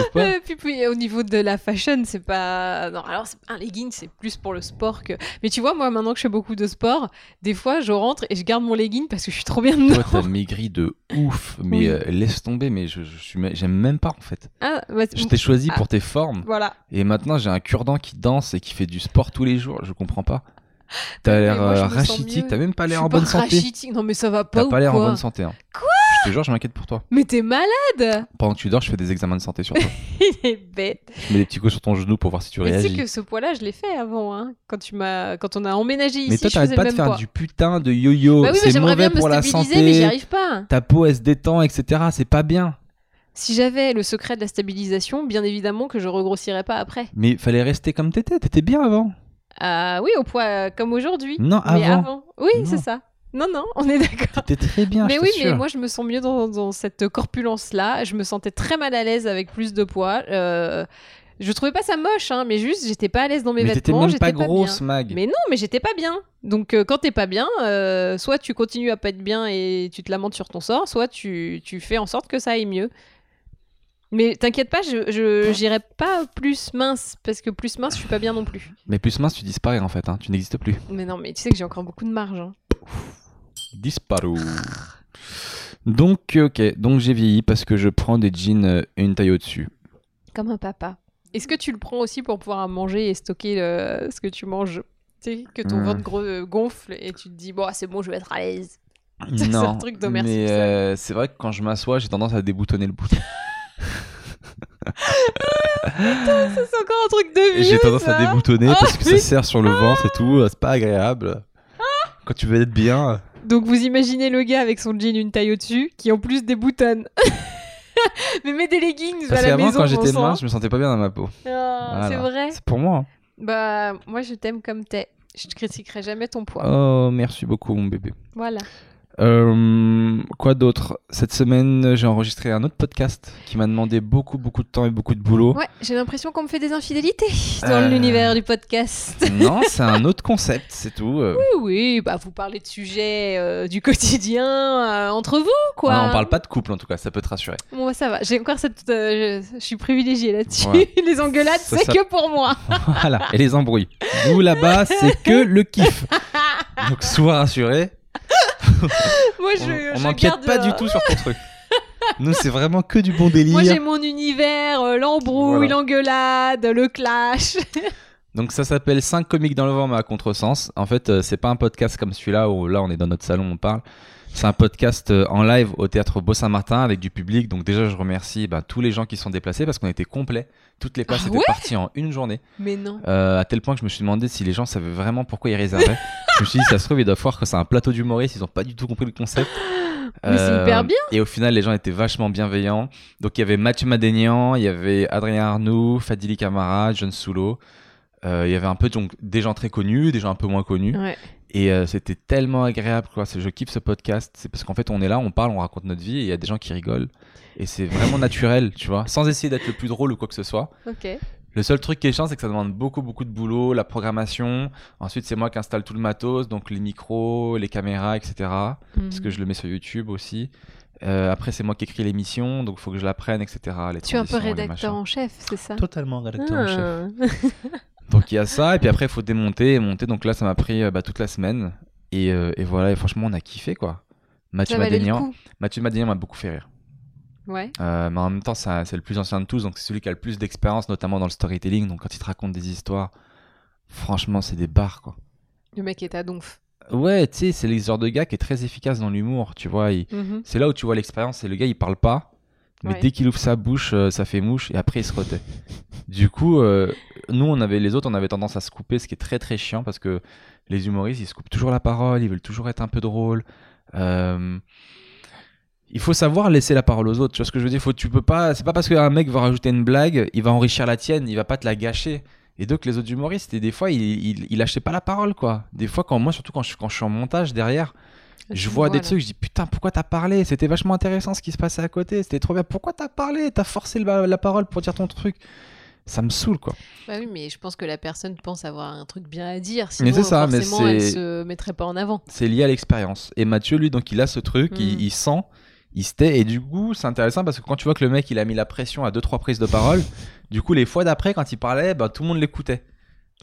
trouves pas Euh, puis, puis, au niveau de la fashion, c'est pas non. Alors c'est- un legging, c'est plus pour le sport que. Mais tu vois, moi maintenant que je fais beaucoup de sport, des fois je rentre et je garde mon legging parce que je suis trop bien dedans. Toi, t'as maigri de ouf, mais Oui. euh, laisse tomber, mais je, je suis, j'aime même pas en fait. Ah, bah, c'est- Je t'ai choisi pour tes formes, Voilà. et maintenant j'ai un cure-dent qui danse et qui fait du sport tous les jours, je comprends pas. T'as Mais l'air moi, je euh, me sens rachitique, mieux. t'as même pas Je l'air suis en bonne pas santé. rachitique. Non mais ça va pas T'as ou pas l'air en quoi bonne santé. Hein. Quoi Je te jure, je m'inquiète pour toi. Mais t'es malade. Pendant que tu dors, je fais des examens de santé sur toi. Il est bête. je mets des petits coups sur ton genou pour voir si tu Mais tu sais réagis. que ce poids-là, je l'ai fait avant, hein. Quand tu m'as, quand on a emménagé Mais ici, toi, je faisais t'arrêtes pas le même de faire poids. du putain de yo-yo. Bah oui, mais c'est j'aimerais mauvais bien me pour la stabiliser, mais j'y santé. arrive pas. Ta peau, elle se détend, etc. C'est pas bien. Si j'avais le secret de la stabilisation, bien évidemment que je regrossirais pas après. Mais fallait rester comme t'étais. T'étais bien avant. Ah oui, au poids euh, comme aujourd'hui. Non, Mais avant. avant. Oui, Non. c'est ça. Non, non, on est d'accord. T'étais très bien. Mais je oui, mais t'assure. moi je me sens mieux dans, dans cette corpulence-là. Je me sentais très mal à l'aise avec plus de poids. Euh, Je trouvais pas ça moche, hein, mais juste, j'étais pas à l'aise dans mes mais t'étais vêtements. même pas j'étais grosse, bien. Mag. Mais non, mais j'étais pas bien. Donc euh, quand t'es pas bien, euh, soit tu continues à pas être bien et tu te lamentes sur ton sort, soit tu, tu fais en sorte que ça aille mieux. Mais t'inquiète pas, je je- j'irai pas plus mince parce que plus mince, je suis pas bien non plus. Mais plus mince, tu disparais en fait, hein, tu n'existes plus. Mais non, mais tu sais que j'ai encore beaucoup de marge. hein. Disparu. Donc, euh, ok, donc j'ai vieilli parce que je prends des jeans euh, une taille au-dessus. Comme un papa. Est-ce que tu le prends aussi pour pouvoir manger et stocker le- ce que tu manges Tu sais, que ton Hmm. ventre gros- euh, gonfle et tu te dis, bon, ah, c'est bon, je vais être à l'aise. C'est Non, un truc d'Homer mais Simpson. euh, c'est vrai que quand je m'assois, j'ai tendance à déboutonner le bouton. C'est encore un truc de vieux, J'ai tendance à ça. déboutonner Ah, Ah. parce que ça oui. serre sur le ventre et tout, euh, c'est pas agréable. Quand tu veux être bien, Donc vous imaginez le gars avec son jean une taille au-dessus, qui en plus déboutonne. mais mets des leggings parce à la qu'avant maison, quand bon j'étais sang. mince, je me sentais pas bien dans ma peau. Ah, C'est Voilà. vrai C'est pour moi. hein. Bah, moi, je t'aime comme t'es. Je te critiquerai jamais ton poids. Oh, merci beaucoup mon bébé. Voilà. Euh, quoi d'autre Cette semaine, j'ai enregistré un autre podcast qui m'a demandé beaucoup, beaucoup de temps et beaucoup de boulot. Ouais, j'ai l'impression qu'on me fait des infidélités dans Euh. l'univers du podcast. non, c'est un autre concept, c'est tout. euh. Oui, oui, bah vous parlez de sujets euh, du quotidien euh, entre vous, quoi. Ah, on parle pas de couple en tout cas, ça peut te rassurer. Bon, bah, ça va. J'ai encore cette. euh, je, je suis privilégiée là-dessus. Ouais. Les engueulades, Ça, c'est ça- que pour moi. voilà, et les embrouilles. Nous là-bas, c'est que le kiff. Donc sois rassuré, Moi, on- je. on je n'empiète garde, pas euh, du tout sur ton truc. Nous, c'est vraiment que du bon délire. Moi, j'ai mon univers, euh, l'embrouille, Voilà. l'engueulade, le clash. Donc ça s'appelle 5 comiques dans le vent mais à contresens. En fait, euh, c'est pas un podcast comme celui-là où là on est dans notre salon, on parle. C'est un podcast euh, en live au théâtre Beau Saint-Martin avec du public. Donc déjà je remercie bah, tous les gens qui se sont déplacés parce qu'on était complet. Toutes les places Ah étaient ouais parties en une journée. Mais non. Euh, à tel point que je me suis demandé si les gens savaient vraiment pourquoi ils réservaient. je me suis dit ça se trouve ils doivent voir que c'est un plateau d'humoristes, ils ont pas du tout compris le concept. Euh, Mais c'est hyper bien. Et au final, les gens étaient vachement bienveillants. Donc, il y avait Mathieu Madénian, il y avait Adrien Arnoux, Fadili Camara, John Soulo. Euh, il y avait un peu donc, des gens très connus, des gens un peu moins connus. Ouais. Et euh, c'était tellement agréable, quoi. C'est- Je kiffe ce podcast. C'est parce qu'en fait, on est là, on parle, on raconte notre vie et il y a des gens qui rigolent. Et c'est vraiment naturel, tu vois. Sans essayer d'être le plus drôle ou quoi que ce soit. Ok. Le seul truc qui est chiant, c'est que ça demande beaucoup, beaucoup de boulot, la programmation. Ensuite, c'est moi qui installe tout le matos, donc les micros, les caméras, etc parce Mhm. que je le mets sur YouTube aussi. Euh, après, c'est moi qui écris l'émission, donc il faut que je la prenne, etc. Les Tu es un peu transitions, les rédacteur machins. en chef, c'est ça Totalement rédacteur en chef. Ah. Donc il y a ça, et puis après, il faut démonter et monter. Donc là, ça m'a pris euh, bah, toute la semaine. Et, euh, et voilà, et franchement, on a kiffé quoi. Mathieu Ça valait le Madénian, coup. Mathieu Madénian m'a beaucoup fait rire. Ouais. Euh, mais en même temps, ça- c'est le plus ancien de tous, donc c'est celui qui a le plus d'expérience, notamment dans le storytelling. Donc quand il te raconte des histoires, franchement, c'est des barres quoi. Le mec est à donf. Ouais, tu sais, c'est le genre de gars qui est très efficace dans l'humour, tu vois. Il, Mhm. C'est là où tu vois l'expérience, c'est le gars il parle pas, mais Ouais. dès qu'il ouvre sa bouche, euh, ça fait mouche et après il se retait. du coup, euh, nous on avait les autres, on avait tendance à se couper, ce qui est très très chiant parce que les humoristes ils se coupent toujours la parole, ils veulent toujours être un peu drôles. Euh, Il faut savoir laisser la parole aux autres. Tu vois ce que je veux dire Faut, tu peux pas. C'est pas parce qu'un mec va rajouter une blague, il va enrichir la tienne, il va pas te la gâcher. Et donc les autres humoristes, et des fois ils, ils, ils lâchaient pas la parole quoi. Des fois quand moi surtout quand je, quand je suis en montage derrière, je vois des Voilà. trucs, je dis putain, pourquoi t'as parlé C'était vachement intéressant ce qui se passait à côté, c'était trop bien. Pourquoi t'as parlé T'as forcé le- la parole pour dire ton truc. Ça me saoule quoi. Bah oui, mais je pense que la personne pense avoir un truc bien à dire. Sinon, Mais c'est ça, mais forcément, elle c'est- se mettrait pas en avant. C'est lié à l'expérience. Et Mathieu, lui, donc il a ce truc, il, Mm. il sent, il se tait. Et du coup, c'est intéressant parce que quand tu vois que le mec il a mis la pression à deux trois prises de parole, du coup, les fois d'après, quand il parlait, bah, tout le monde l'écoutait.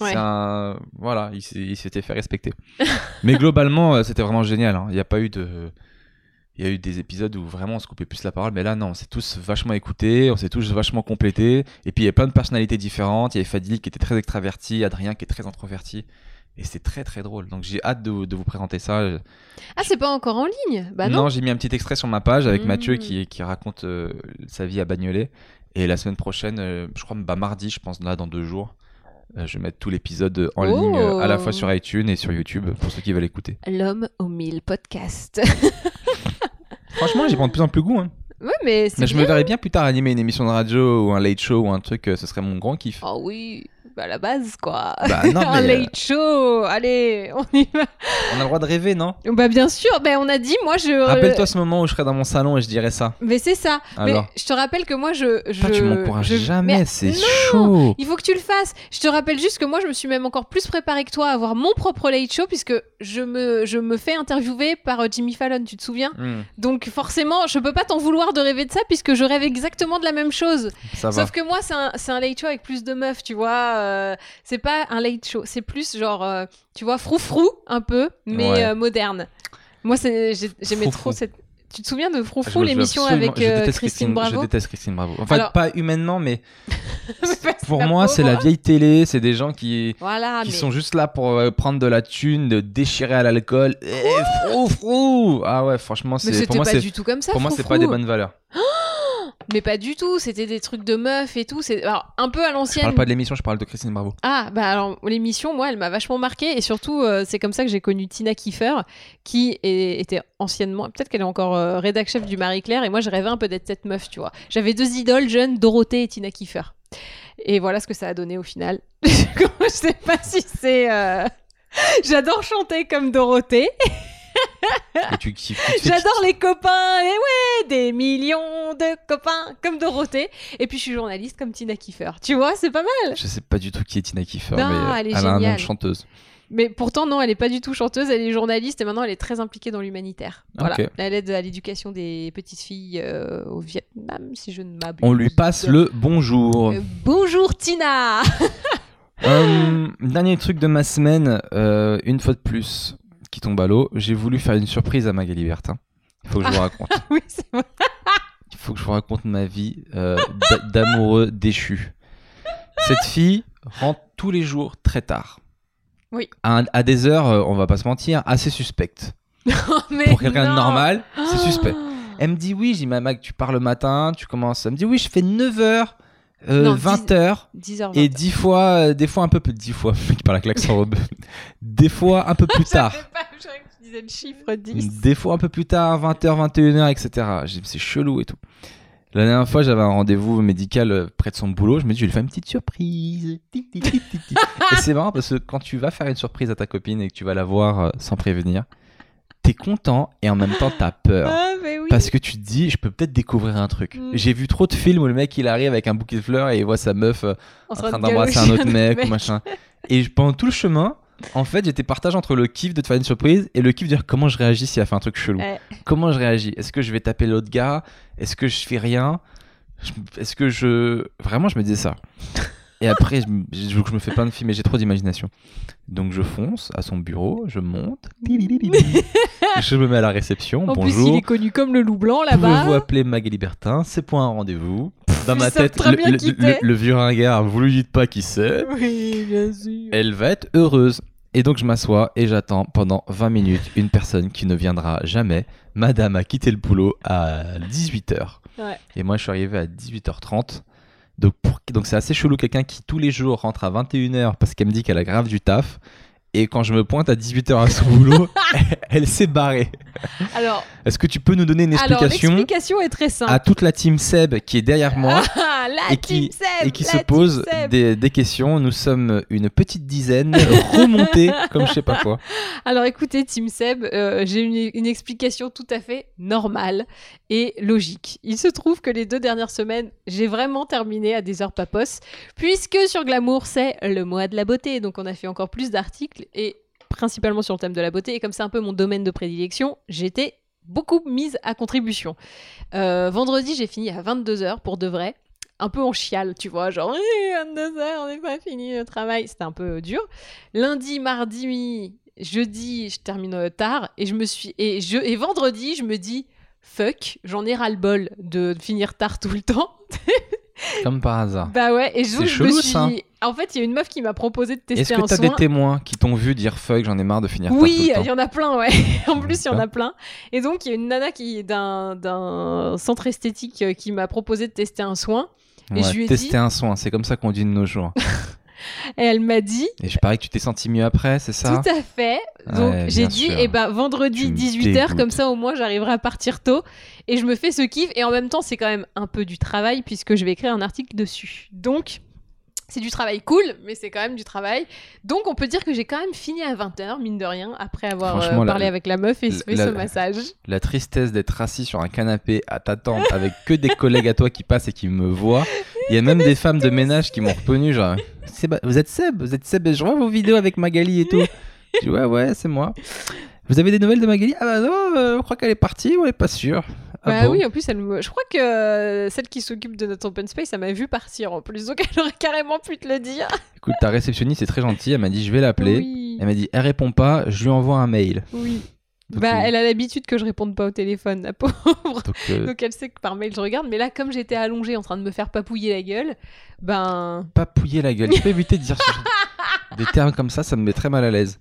Ouais. C'est un- Voilà, il, s'est- il s'était fait respecter. Mais globalement, euh, c'était vraiment génial. hein. Il n'y a pas eu de. Il y a eu des épisodes où vraiment on se coupait plus la parole, mais là non, on s'est tous vachement écoutés, on s'est tous vachement complétés. Et puis il y a plein de personnalités différentes. Il y avait Fadil qui était très extraverti, Adrien qui est très introverti. Et c'était très très drôle. Donc j'ai hâte de, vous- de vous présenter ça. Ah, c'est pas encore en ligne Bah non. j'ai mis un petit extrait sur ma page avec Mm. Mathieu qui, qui raconte euh, sa vie à Bagnolet. Et la semaine prochaine, euh, je crois, bah, mardi, je pense, là, dans deux jours, euh, je vais mettre tout l'épisode en Oh. ligne euh, à la fois sur iTunes et sur YouTube pour ceux qui veulent écouter. L'homme aux mille podcasts. Franchement, j'y prends de plus en plus goût. hein. ouais, mais c'est Mais je bien. me verrais bien plus tard animer une émission de radio ou un late show ou un truc, euh, ce serait mon grand kiff. Oh oui. bah, à la base, quoi. Bah, non, un mais, euh, late show, allez, on y va. on a le droit de rêver, non Bah bien sûr, bah, on a dit, moi je... Rappelle-toi ce moment où je serais dans mon salon et je dirais ça. Mais c'est ça. Alors. Mais je te rappelle que moi je... je Putain, tu m'encourages je- jamais, Mais c'est non chaud. Il faut que tu le fasses. Je te rappelle juste que moi, je me suis même encore plus préparée que toi à avoir mon propre late show, puisque je me, je me fais interviewer par euh, Jimmy Fallon, tu te souviens Hmm, Donc forcément, je peux pas t'en vouloir de rêver de ça, puisque je rêve exactement de la même chose. ça va. Sauf que moi, c'est un, c'est un late show avec plus de meufs, tu vois. euh, c'est pas un late show, c'est plus genre, euh, tu vois, froufrou un peu, mais Ouais. euh, moderne. Moi, c'est- j'ai- j'aimais trop Froufrou. cette... Tu te souviens de Je- Froufrou, je- l'émission absolument, avec je euh, déteste Christine Bravo Je déteste Christine Bravo. Enfin, Alors- pas humainement, mais Parce que pour la moi, c'est la pauvre. vieille télé, c'est des gens qui, Voilà, qui Ah, mais... sont juste là pour euh, prendre de la thune, de déchirer à l'alcool. Eh, frou, frou Ah ouais, franchement, Mais c'est c'était pour moi, pas c'est du tout comme ça. pour moi, c'est pas Froufrou. des bonnes valeurs. Mais pas du tout, c'était des trucs de meufs et tout. C'est alors, un peu à Je l'ancienne. parle pas de l'émission, je parle de Christine Bravo. Ah, bah alors l'émission, moi, elle m'a vachement marqué et surtout, euh, c'est comme ça que j'ai connu Tina Kiefer, qui est- était anciennement, peut-être qu'elle est encore euh, rédac chef du Marie-Claire, et moi, je rêvais un peu d'être cette meuf, tu vois. J'avais deux idoles jeunes, Dorothée et Tina Kiefer. Et voilà ce que ça a donné au final. je sais pas si c'est. euh, J'adore chanter comme Dorothée. Et tu kiffes. tu te fais- Ah. J'adore les copains, et ouais, des millions de copains comme Dorothée. Et puis je suis journaliste comme Tina Kiefer. Tu vois, c'est pas mal. Je sais pas du tout qui est Tina Kiefer, Non, mais euh, elle est a un nom de géniale. chanteuse. Mais pourtant, non, elle est pas du tout chanteuse, elle est journaliste et maintenant elle est très impliquée dans l'humanitaire. Voilà. Ok. Elle aide à l'éducation des petites filles euh, au Vietnam, si je ne m'abuse. On lui passe le bonjour. Euh, bonjour Tina Hum, dernier truc de ma semaine, euh, une fois de plus, qui tombe à l'eau. J'ai voulu faire une surprise à Magali Bertin. Il faut que je vous raconte. Oui, c'est vrai. Il faut que je vous raconte ma vie euh, d'a- d'amoureux déchu. Cette fille rentre tous les jours très tard. Oui. À, un- à des heures, euh, on va pas se mentir, assez suspectes. Mais Pour quelqu'un de non. normal, c'est Ah. suspect. Elle me dit oui, j'ai ma Mag, tu pars le matin, tu commences. Elle me dit oui, je fais euh, 9h, Non, 20h. 10h20. Et dix fois, euh, des fois un peu plus, dix fois, qui parle à klaxon robe. des fois un peu plus tard, pas, je croyais que tu disais le chiffre 10. des fois un peu plus tard, 20h, 21h, etc. J'ai dit, C'est chelou et tout. La dernière fois, j'avais un rendez-vous médical euh, près de son boulot. Je me dis, je vais lui faire une petite surprise. Ti, ti, ti, ti, ti. et c'est marrant parce que quand tu vas faire une surprise à ta copine et que tu vas la voir euh, sans prévenir, t'es content et en même temps t'as peur. Ah, mais oui. Parce que tu te dis, je peux peut-être découvrir un truc. Mm. J'ai vu trop de films où le mec il arrive avec un bouquet de fleurs et il voit sa meuf euh, En en train train de d'embrasser un galocher autre mec, ou mec. machin. Et je- pendant tout le chemin, en fait, j'étais partage entre le kiff de te faire une surprise et le kiff de dire comment je réagis s'il a fait un truc chelou. Ouais. Comment je réagis Est-ce que je vais taper l'autre gars Est-ce que je fais rien Je- Est-ce que je. Vraiment, je me disais ça. Et après, je, me- je- je me fais plein de films et j'ai trop d'imagination. Donc je fonce à son bureau, je monte, je me mets à la réception. En Bonjour. plus, il est connu comme le loup blanc Pouvez-vous là-bas. appeler Magali Bertin C'est pour un rendez-vous. Dans ils ma savent tête, très le, bien le- qui le- t'es. le vieux ringard, vous lui dites pas qui c'est. Oui, bien sûr. Elle va être heureuse. Et donc je m'assois et j'attends pendant 20 minutes une personne qui ne viendra jamais. Madame a quitté le boulot à 18h. Ouais. Et moi je suis arrivé à 18h30. Donc pour- donc c'est assez chelou quelqu'un qui tous les jours rentre à 21h parce qu'elle me dit qu'elle a grave du taf. Et quand je me pointe à 18h à son boulot, elle, elle s'est barrée. Alors, Est-ce que tu peux nous donner une alors, explication l'explication est très simple. à toute la team Seb qui est derrière moi Ah, la et qui- team Seb, et qui la se team pose Seb. des, des questions. Nous sommes une petite dizaine remontée comme je sais pas quoi. Alors écoutez, Team Seb, euh, j'ai une, une explication tout à fait normale et logique. Il se trouve que les deux dernières semaines, j'ai vraiment terminé à des heures papos, puisque sur Glamour, c'est le mois de la beauté, donc on a fait encore plus d'articles et principalement sur le thème de la beauté, et comme c'est un peu mon domaine de prédilection, j'étais beaucoup mise à contribution. Euh, vendredi, j'ai fini à 22h pour de vrai. Un peu en chiale, tu vois, genre Eh, 22h, on n'est pas fini le travail. C'était un peu dur. Lundi, mardi, jeudi, je termine euh, tard et je me suis et je et vendredi, je me dis fuck, j'en ai ras le bol de finir tard tout le temps. Comme par hasard. bah ouais, et je, Ah. C'est je chelou, me suis ça. en fait, il y a une meuf qui m'a proposé de tester Est-ce que un t'as soin. des témoins qui t'ont vu dire fuck, j'en ai marre de finir Oui, euh, il tard tout le y temps en a plein, ouais. en plus, il y en a plein. Et donc, il y a une nana qui est d'un- d'un centre esthétique euh, qui m'a proposé de tester un soin. et je lui ai tester dit- un soin, c'est comme ça qu'on dit de nos jours. Et elle m'a dit, Et je parie que tu t'es senti mieux après, c'est ça tout à fait. Donc, Ouais, j'ai bien dit, sûr. eh ben, vendredi Tu me 18h, dégoûtes. comme ça, au moins, j'arriverai à partir tôt. Et je me fais ce kiff. Et en même temps, c'est quand même un peu du travail puisque je vais écrire un article dessus. Donc, C'est du travail cool, mais c'est quand même du travail. Donc on peut dire que j'ai quand même fini à 20h, mine de rien, après avoir euh, Franchement, la- parlé avec la meuf et la- fait la- ce massage. La tristesse d'être assis sur un canapé à t'attendre avec que des collègues à toi qui passent et qui me voient. Il y a même des femmes de ménage qui m'ont reconnu, genre, Séba- vous êtes Seb, vous êtes Seb, je vois vos vidéos avec Magali et tout. Je dis, ouais, ouais, c'est moi. Vous avez des nouvelles de Magali Ah bah non, euh, on croit qu'elle est partie, on n'est pas sûr. Ah bah bon oui, en plus, elle me... je crois que euh, celle qui s'occupe de notre open space, elle m'a vu partir en plus, donc elle aurait carrément pu te le dire. Écoute, ta réceptionniste est très gentille, elle m'a dit, je vais l'appeler. Oui, Elle m'a dit, elle répond pas, je lui envoie un mail. oui. Donc, bah, euh, elle a l'habitude que je réponde pas au téléphone, la pauvre. Donc, euh, Donc elle sait que par mail je regarde, mais là, comme j'étais allongée en train de me faire papouiller la gueule, ben. papouiller la gueule. Je peux éviter de dire ce- des termes comme ça, ça me met très mal à l'aise.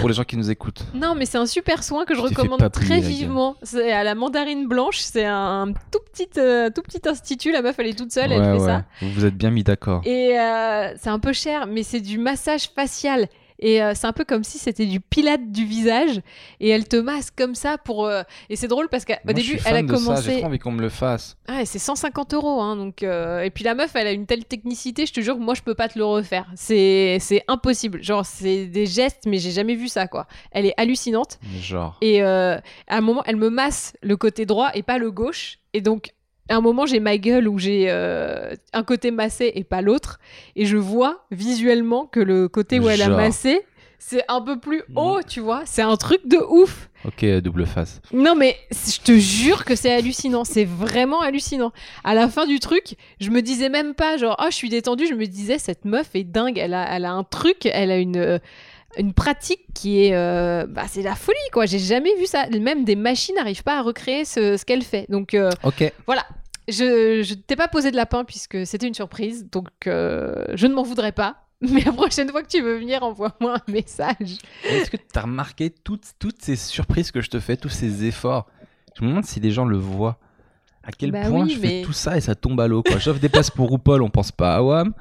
Pour les gens qui nous écoutent. Non, mais c'est un super soin que je Tu t'es fait recommande papouiller très la gueule. vivement. C'est à la mandarine blanche, c'est un tout petit, euh, tout petit institut. La meuf, elle est toute seule, elle Ouais, fait ouais. ça. Vous vous êtes bien mis d'accord. Et euh, c'est un peu cher, mais c'est du massage facial. Et euh, c'est un peu comme si c'était du pilate du visage. Et elle te masse comme ça pour. euh, Et c'est drôle parce qu'au Moi, je début, suis elle fan a de ça, J'ai commencé. trop envie qu'on me le fasse. Ah, et c'est 150 euros. Hein, donc, euh, Et puis la meuf, elle a une telle technicité, je te jure que moi, je peux pas te le refaire. C'est c'est impossible. Genre, c'est des gestes, mais j'ai jamais vu ça, quoi. Elle est hallucinante. Mais Genre. Et euh, à un moment, elle me masse le côté droit et pas le gauche. Et donc, à un moment, j'ai ma gueule où j'ai euh, un côté massé et pas l'autre. Et je vois visuellement que le côté où elle a Genre. massé, c'est un peu plus haut, tu vois. C'est un truc de ouf. Ok, euh, double face. Non, mais c- je te jure que c'est hallucinant. C'est vraiment hallucinant. À la fin du truc, je me disais même pas, genre, oh, je suis détendue. Je me disais, cette meuf est dingue. Elle a, elle a un truc, elle a une. euh, une pratique qui est. euh, bah, c'est la folie, quoi. J'ai jamais vu ça. Même des machines n'arrivent pas à recréer ce, ce qu'elle fait. Donc, euh, Ok. je, je t'ai pas posé de lapin puisque c'était une surprise. Donc, euh, je ne m'en voudrais pas. Mais la prochaine fois que tu veux venir, envoie-moi un message. Est-ce que t'as remarqué toutes, toutes ces surprises que je te fais, tous ces efforts Je me demande si les gens le voient. À quel Bah point oui, je mais- fais tout ça et ça tombe à l'eau. quoi. J'offre des places pour RuPaul, on pense pas à Wam.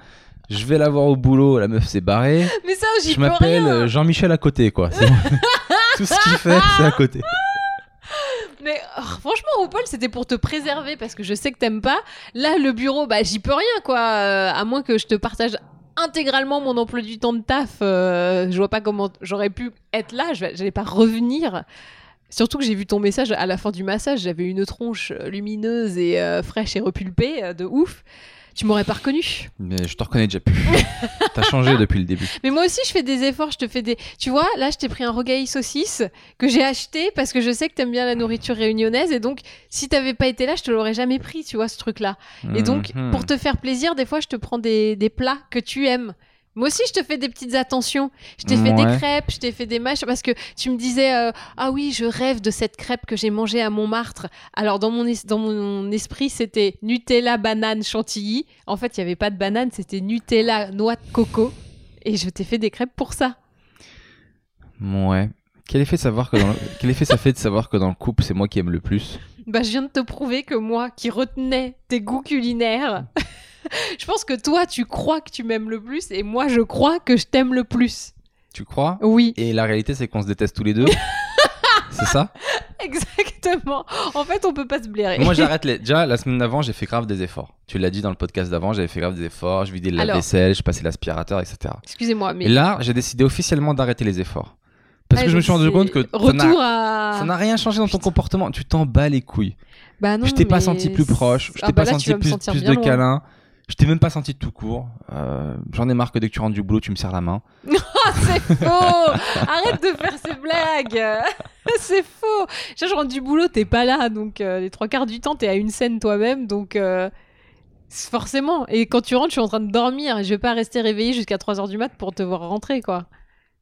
Je vais la voir au boulot, la meuf s'est barrée. Mais ça, j'y Je peux m'appelle rien. euh, Jean-Michel à côté, quoi. C'est- tout ce qu'il fait, c'est à côté. Mais oh, franchement, RuPaul, c'était pour te préserver parce que je sais que t'aimes pas. Là, le bureau, bah j'y peux rien quoi. Euh, à moins que je te partage intégralement mon emploi du temps de taf. euh, je vois pas comment j'aurais pu être là. Je vais- J'allais pas revenir. Surtout que j'ai vu ton message à la fin du massage. J'avais une tronche lumineuse et euh, fraîche et repulpée euh, de ouf. Tu m'aurais pas reconnu. Mais je te reconnais déjà plus. T'as changé depuis le début. Mais moi aussi, je fais des efforts. Je te fais des. Tu vois, là, je t'ai pris un rogaille saucisse que j'ai acheté parce que je sais que t'aimes bien la nourriture réunionnaise. Et donc, si t'avais pas été là, je te l'aurais jamais pris, tu vois, ce truc-là. Et donc, Mhm. pour te faire plaisir, des fois, je te prends des, des plats que tu aimes. Moi aussi, je te fais des petites attentions. Je t'ai fait des Ouais. crêpes, je t'ai fait des mâches, parce que tu me disais euh, Ah oui, je rêve de cette crêpe que j'ai mangée à Montmartre. Alors, dans mon, es- dans mon esprit, c'était Nutella, banane, chantilly. En fait, il n'y avait pas de banane, c'était Nutella, noix de coco. Et je t'ai fait des crêpes pour ça. Ouais. Quel effet, savoir que dans le- Quel effet ça fait de savoir que dans le couple, c'est moi qui aime le plus Bah, je viens de te prouver que moi, qui retenais tes goûts culinaires, je pense que toi, tu crois que tu m'aimes le plus et moi, je crois que je t'aime le plus. Tu crois Oui, Et la réalité, c'est qu'on se déteste tous les deux C'est ça exactement. En fait, on peut pas se blairer. Moi, j'arrête les. Déjà, la semaine d'avant, j'ai fait grave des efforts. Tu l'as dit dans le podcast d'avant, j'avais fait grave des efforts. Je vidais le Alors. lave-vaisselle, je passais l'aspirateur, etc. Excusez-moi, mais Ah, Et là, j'ai décidé officiellement d'arrêter les efforts. Parce que je me suis rendu compte que ça n'a- retour à ça n'a rien changé dans ton comportement. Tu t'en bats les couilles. Bah non, je t'ai pas mais- senti plus proche, je t'ai Ah bah pas là, tu senti vas me plus, sentir plus bien de loin. câlin, je t'ai même pas senti de tout court. Euh, J'en ai marre que dès que tu rentres du boulot, tu me serres la main. Ah, c'est faux Arrête de faire ces blagues C'est faux Déjà, je rentre du boulot, t'es pas là, donc euh, les trois quarts du temps, t'es à une scène toi-même, donc euh, c'est forcément. Et quand tu rentres, je suis en train de dormir, et je vais pas rester réveillée jusqu'à 3h du mat pour te voir rentrer, quoi.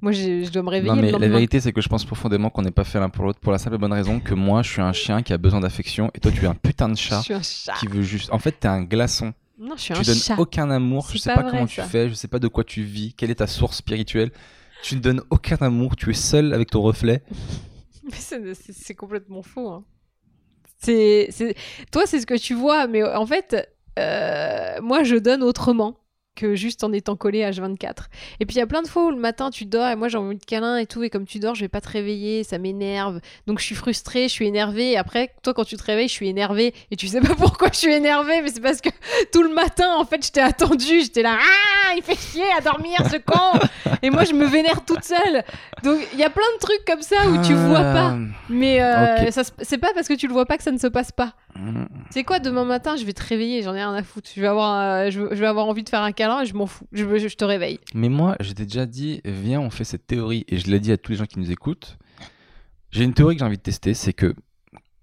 Moi, j'ai- je dois me réveiller Non, mais le la lendemain. vérité, c'est que je pense profondément qu'on n'est pas fait l'un pour l'autre pour la simple et bonne raison que moi, je suis un chien qui a besoin d'affection et toi, tu es un putain de je chat suis un chat. qui veut juste. En fait, t'es un glaçon. Non, je suis un tu donnes chat. aucun amour. C'est Je sais pas pas, vrai, comment tu ça. fais, je sais pas de quoi tu vis, quelle est ta source spirituelle. Tu ne donnes aucun amour, tu es seul avec ton reflet. Mais c'est- c'est c'est complètement faux. hein. C'est, c'est- Toi, c'est ce que tu vois, mais en fait, euh, moi, je donne autrement. que juste en étant collé H24. Et puis il y a plein de fois où le matin tu dors et moi j'ai envie de câlin et tout et comme tu dors je vais pas te réveiller, ça m'énerve. Donc je suis frustrée, je suis énervée et après toi quand tu te réveilles je suis énervée et tu sais pas pourquoi je suis énervée mais c'est parce que tout le matin en fait je t'ai attendu, j'étais là ah il fait chier à dormir ce con et moi je me vénère toute seule. Donc il y a plein de trucs comme ça où Ah, tu vois pas mais euh, Ok. ça se- c'est pas parce que tu le vois pas que ça ne se passe pas. Ah. C'est quoi demain matin Je vais te réveiller, j'en ai rien à foutre. Je vais avoir, euh, je, je vais avoir envie de faire un câlin et je m'en fous. Je, veux- je, je te réveille. Mais moi, je t'ai déjà dit, viens, on fait cette théorie, et je l'ai dit à tous les gens qui nous écoutent. J'ai une théorie que j'ai envie de tester, c'est que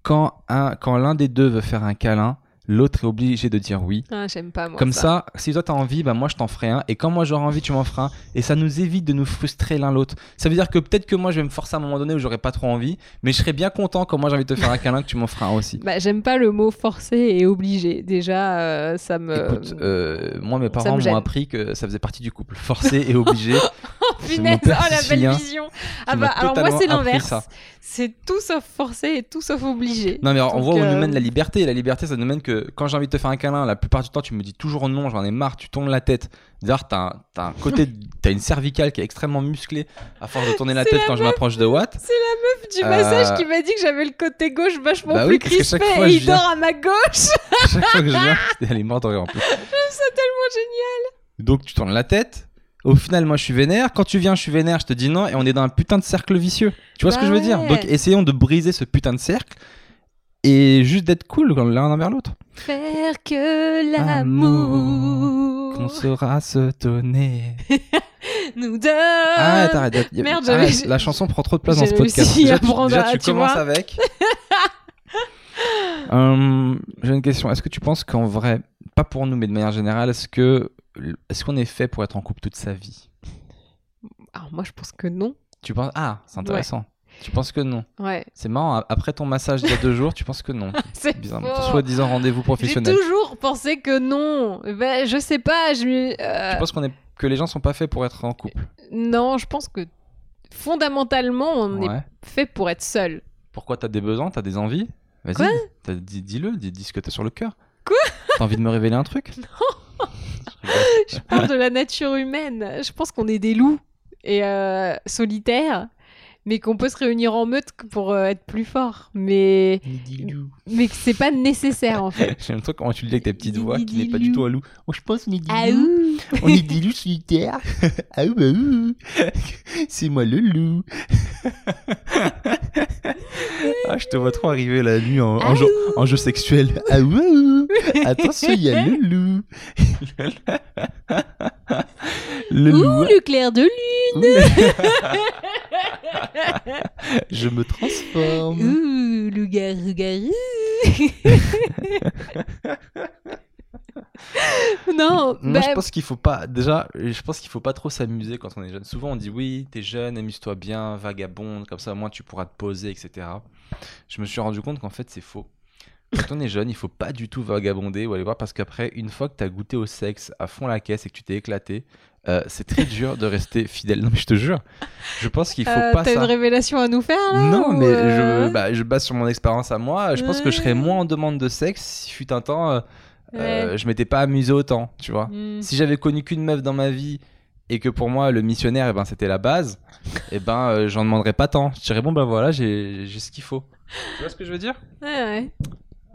quand un, quand l'un des deux veut faire un câlin, l'autre est obligé de dire oui. Ah, j'aime pas moi. Comme ça, si toi t'as envie, bah moi je t'en ferai un, et quand moi j'aurai envie, tu m'en feras un, et ça nous évite de nous frustrer l'un l'autre. Ça veut dire que peut-être que moi je vais me forcer à un moment donné où j'aurai pas trop envie, mais je serai bien content quand moi j'ai envie de te faire un câlin que tu m'en feras un aussi. Bah, j'aime pas le mot forcé et obligé. Déjà, euh, ça me. Écoute, euh, moi mes parents me gêne. m'ont appris que ça faisait partie du couple, forcé et obligé. oh, c'est punaise, mon oh père la belle sicilien vision. Ah m'a bah, alors moi, totalement c'est appris l'inverse. ça. C'est tout sauf forcé et tout sauf obligé. Non mais on Donc, voit où euh, nous mène la liberté. La liberté, ça nous mène que quand j'ai envie de te faire un câlin, la plupart du temps, tu me dis toujours non, j'en ai marre, tu tournes la tête. D'ailleurs, t'as un, t'as un côté, t'as une cervicale qui est extrêmement musclée à force de tourner la C'est tête la quand je m'approche de Watt. C'est la meuf du massage Euh, qui m'a dit que j'avais le côté gauche vachement Bah plus oui, parce que chaque crispé fois, et je il viens- dort à ma gauche. Chaque fois que je viens, elle est morte de rire en plus. c'est tellement génial. Donc tu tournes la tête. Au final, moi, je suis vénère. Quand tu viens, je suis vénère. Je te dis non, et on est dans un putain de cercle vicieux. Tu vois ce Bah que je veux dire ouais. Donc, essayons de briser ce putain de cercle et juste d'être cool l'un envers l'autre. Faire que Amour. Qu'on l'amour. saura se donner. nous deux. Ah, t'arrête. y a- y a- Euh, Merde, arrête, j'avais- la chanson prend trop de place dans j'ai ce podcast. réussi à tu, prendre déjà, un- tu tu commences vois. avec. Hum, J'ai une question. Est-ce que tu penses qu'en vrai, pas pour nous, mais de manière générale, est-ce que est-ce qu'on est fait pour être en couple toute sa vie Alors moi je pense que non. Tu penses Ah, c'est intéressant. Tu penses que non Ouais. C'est marrant. a- Après ton massage d'il y a deux jours, tu penses que non C'est Bizarre. fort. Soi-disant rendez-vous J'ai professionnel. toujours pensé que non. Ben, je sais pas. Je... euh, Tu penses qu'on est que les gens sont pas faits pour être en couple Non, je pense que fondamentalement on Ouais. est fait pour être seul. Pourquoi t'as des besoins T'as des envies Quoi Vas-y, t'as- dis- dis-le, dis, dis ce que t'as sur le cœur. Quoi T'as envie de me révéler un truc Je parle de la nature humaine. Je pense qu'on est des loups et euh, solitaires, mais qu'on peut se réunir en meute pour euh, être plus fort. Mais mais que c'est pas nécessaire en fait. J'aime trop comment tu le dis avec ta petite Dis- voix dis- qui n'est dis- pas du loup. tout un loup. Oh, je pense qu'on est Ah des loups. ouh. On est des loups solitaires. ah oui, bah oui. C'est moi le loup. ah, je te vois trop arriver la nuit en, Ah en, jeu, en jeu sexuel. Ah oui, ah oui. Attention, il y a le loup. le Ouh, loup. le clair de lune. Je me transforme. Ouh, le garou garou. non, Moi, je bah, pense qu'il faut pas. Déjà, je pense qu'il faut pas trop s'amuser quand on est jeune. Souvent, on dit oui, t'es jeune, amuse-toi bien, vagabonde, comme ça, au moins tu pourras te poser, etc. Je me suis rendu compte qu'en fait, c'est faux. Quand on est jeune, il faut pas du tout vagabonder ou aller voir parce qu'après, une fois que t'as goûté au sexe à fond la caisse et que tu t'es éclaté, euh, c'est très dur de rester fidèle. Non, mais je te jure, je pense qu'il faut euh, pas t'as ça. une révélation à nous faire là, Non, ou, mais euh, je, bah, je base sur mon expérience à moi. Je pense que je serais Ouais. moins en demande de sexe si fut un temps, euh, ouais. euh, je m'étais pas amusé autant, tu vois. Hmm. Si j'avais connu qu'une meuf dans ma vie et que pour moi le missionnaire eh ben, c'était la base, et ben euh, j'en demanderais pas tant. Je dirais bon ben voilà, j'ai j'ai ce qu'il faut. Tu vois ce que je veux dire Ouais, ouais.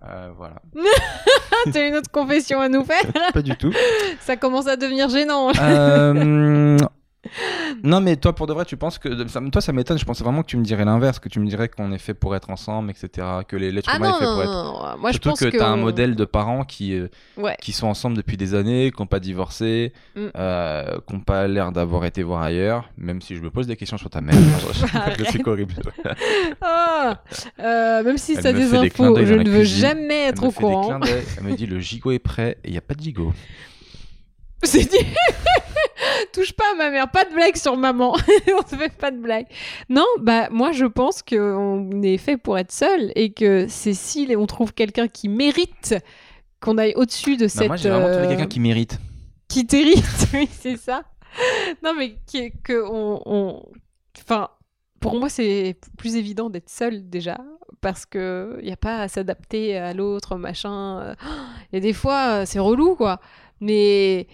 Euh, Voilà. Ah, t'as une autre confession à nous faire Pas du tout. Ça commence à devenir gênant. Euh, non mais toi pour de vrai tu penses que ça- toi ça m'étonne. Je pensais vraiment que tu me dirais l'inverse, que tu me dirais qu'on est fait pour être ensemble, etc. Que les l'être Ah humain non, est fait non, pour être. non, non, moi je Surtout pense que, t'as un on- modèle de parents qui euh, Ouais. qui sont ensemble depuis des années, qui n'ont pas divorcé, Mm. euh, qui n'ont pas l'air d'avoir été voir ailleurs, même si je me pose des questions sur ta mère. Bah, le truc horrible. Ah, euh, même si Elle ça a me des fait des clins infos, d'œil je dans la ne veux cuisine. jamais Elle être me au fait des courant. clins d'œil, elle me dit le gigot est prêt et il n'y a pas de gigot. Bah, C'est dit. Touche pas à ma mère, pas de blague sur maman. on ne fait pas de blague. Non, bah moi je pense qu'on est fait pour être seul et que c'est si on trouve quelqu'un qui mérite qu'on aille au-dessus de Bah, cette moi j'ai vraiment trouvé euh, quelqu'un qui mérite. qui t'hérite, oui c'est ça. Non mais qui- que on, on- enfin pour moi c'est plus évident d'être seul déjà parce que y a pas à s'adapter euh, à l'autre machin. Et des fois euh, c'est relou quoi. Mais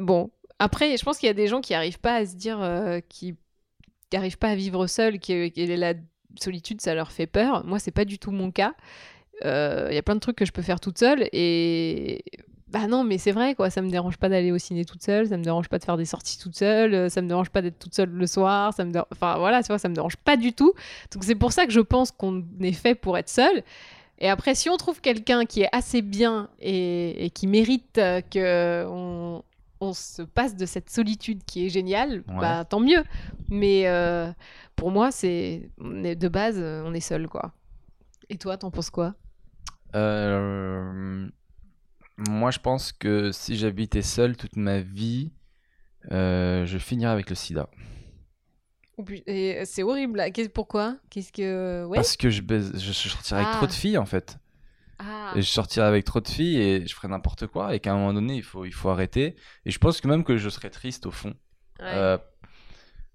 Bon, après, je pense qu'il y a des gens qui n'arrivent pas à se dire, euh, qui n'arrivent pas à vivre seuls, qui, qui- la solitude, ça leur fait peur. Moi, c'est pas du tout mon cas. Euh, Il y a plein de trucs que je peux faire toute seule et bah non, mais c'est vrai quoi. Ça me dérange pas d'aller au ciné toute seule, ça me dérange pas de faire des sorties toute seule, euh, ça me dérange pas d'être toute seule le soir, ça me dérange- enfin voilà, tu vois, ça me dérange pas du tout. Donc c'est pour ça que je pense qu'on est fait pour être seul. Et après, si on trouve quelqu'un qui est assez bien et, et qui mérite euh, que on, on se passe de cette solitude qui est géniale, Ouais. bah tant mieux. Mais euh, pour moi, c'est on est- de base, euh, on est seul quoi. Et toi, t'en penses quoi Euh, moi, je pense que si j'habitais seul toute ma vie, euh, je finirais avec le sida. Ou pu- et, euh, C'est horrible. là. Qu'est- pourquoi Qu'est-ce que ouais Parce que je, baise- je, je sortirais avec Ah. trop de filles, en fait. Ah. Et je sortirais avec trop de filles et je ferais n'importe quoi. Et qu'à un moment donné, il faut, il faut arrêter. Et je pense que même que je serais triste au fond. Ouais. Euh,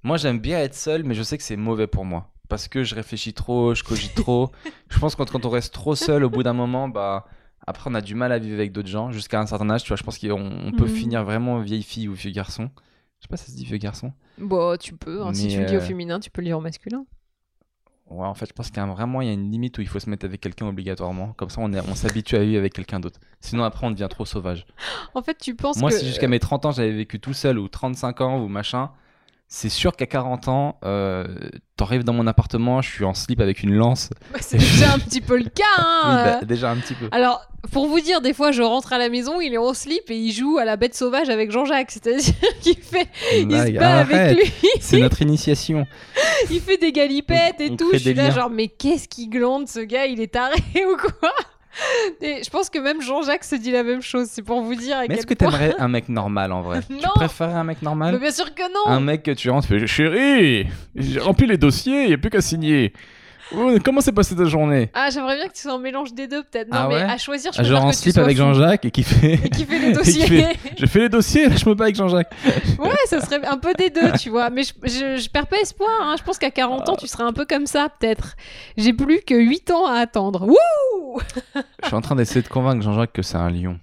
moi, j'aime bien être seul, mais je sais que c'est mauvais pour moi. Parce que je réfléchis trop, je cogite trop. je pense que quand, quand on reste trop seul, au bout d'un moment, bah, après, on a du mal à vivre avec d'autres gens. Jusqu'à un certain âge, tu vois, je pense qu'on on peut Mhm. finir vraiment vieille fille ou vieux garçon. Je sais pas si ça se dit vieux garçon. Bon, tu peux. hein, Si Mais, tu le dis au euh, féminin, tu peux le dire au masculin. Ouais, en fait, je pense qu'il y a un- vraiment il y a une limite où il faut se mettre avec quelqu'un obligatoirement. Comme ça, on est- on s'habitue à vivre avec quelqu'un d'autre. Sinon, après, on devient trop sauvage. En fait, tu penses Moi, que euh, si jusqu'à mes 30 ans, j'avais vécu tout seul ou 35 ans ou machin, c'est sûr qu'à 40 ans, euh, t'arrives dans mon appartement, je suis en slip avec une lance. Ouais, c'est déjà un petit peu le cas. Oui, hein, bah, euh. déjà un petit peu. Alors, pour vous dire, des fois, je rentre à la maison, il est en slip et il joue à la bête sauvage avec Jean-Jacques. C'est-à-dire qu'il fait, il se Arrête, bat avec lui, C'est notre initiation. il fait des galipettes et On- on tout. crée Je suis des là, liens. genre, mais qu'est-ce qui glande ce gars Il est taré ou quoi Et je pense que même Jean-Jacques se dit la même chose. C'est pour vous dire à Mais quel est-ce que point. t'aimerais un mec normal en vrai Tu Non. préférais un mec Mais normal bien sûr que non. Un mec que tu rentres, tu fais Chérie, j'ai rempli les dossiers, il n'y a plus qu'à signer. Oh, Comment s'est passée ta journée Ah, j'aimerais bien que tu sois un mélange des deux, peut-être. Non, Ah ouais mais à choisir, je préfère Genre en que tu slip sois avec fou Jean-Jacques et qui fait. Et qui fait qui les dossiers. fait- J'ai fait les dossiers, là je me bats avec Jean-Jacques. Ouais, ça serait un peu des deux, tu vois. Mais je, je, je perds pas espoir. hein. Je pense qu'à 40 ans, tu seras un peu comme ça, peut-être. J'ai plus que 8 ans à attendre. Wouh Je suis en train d'essayer de convaincre Jean-Jacques que c'est un lion.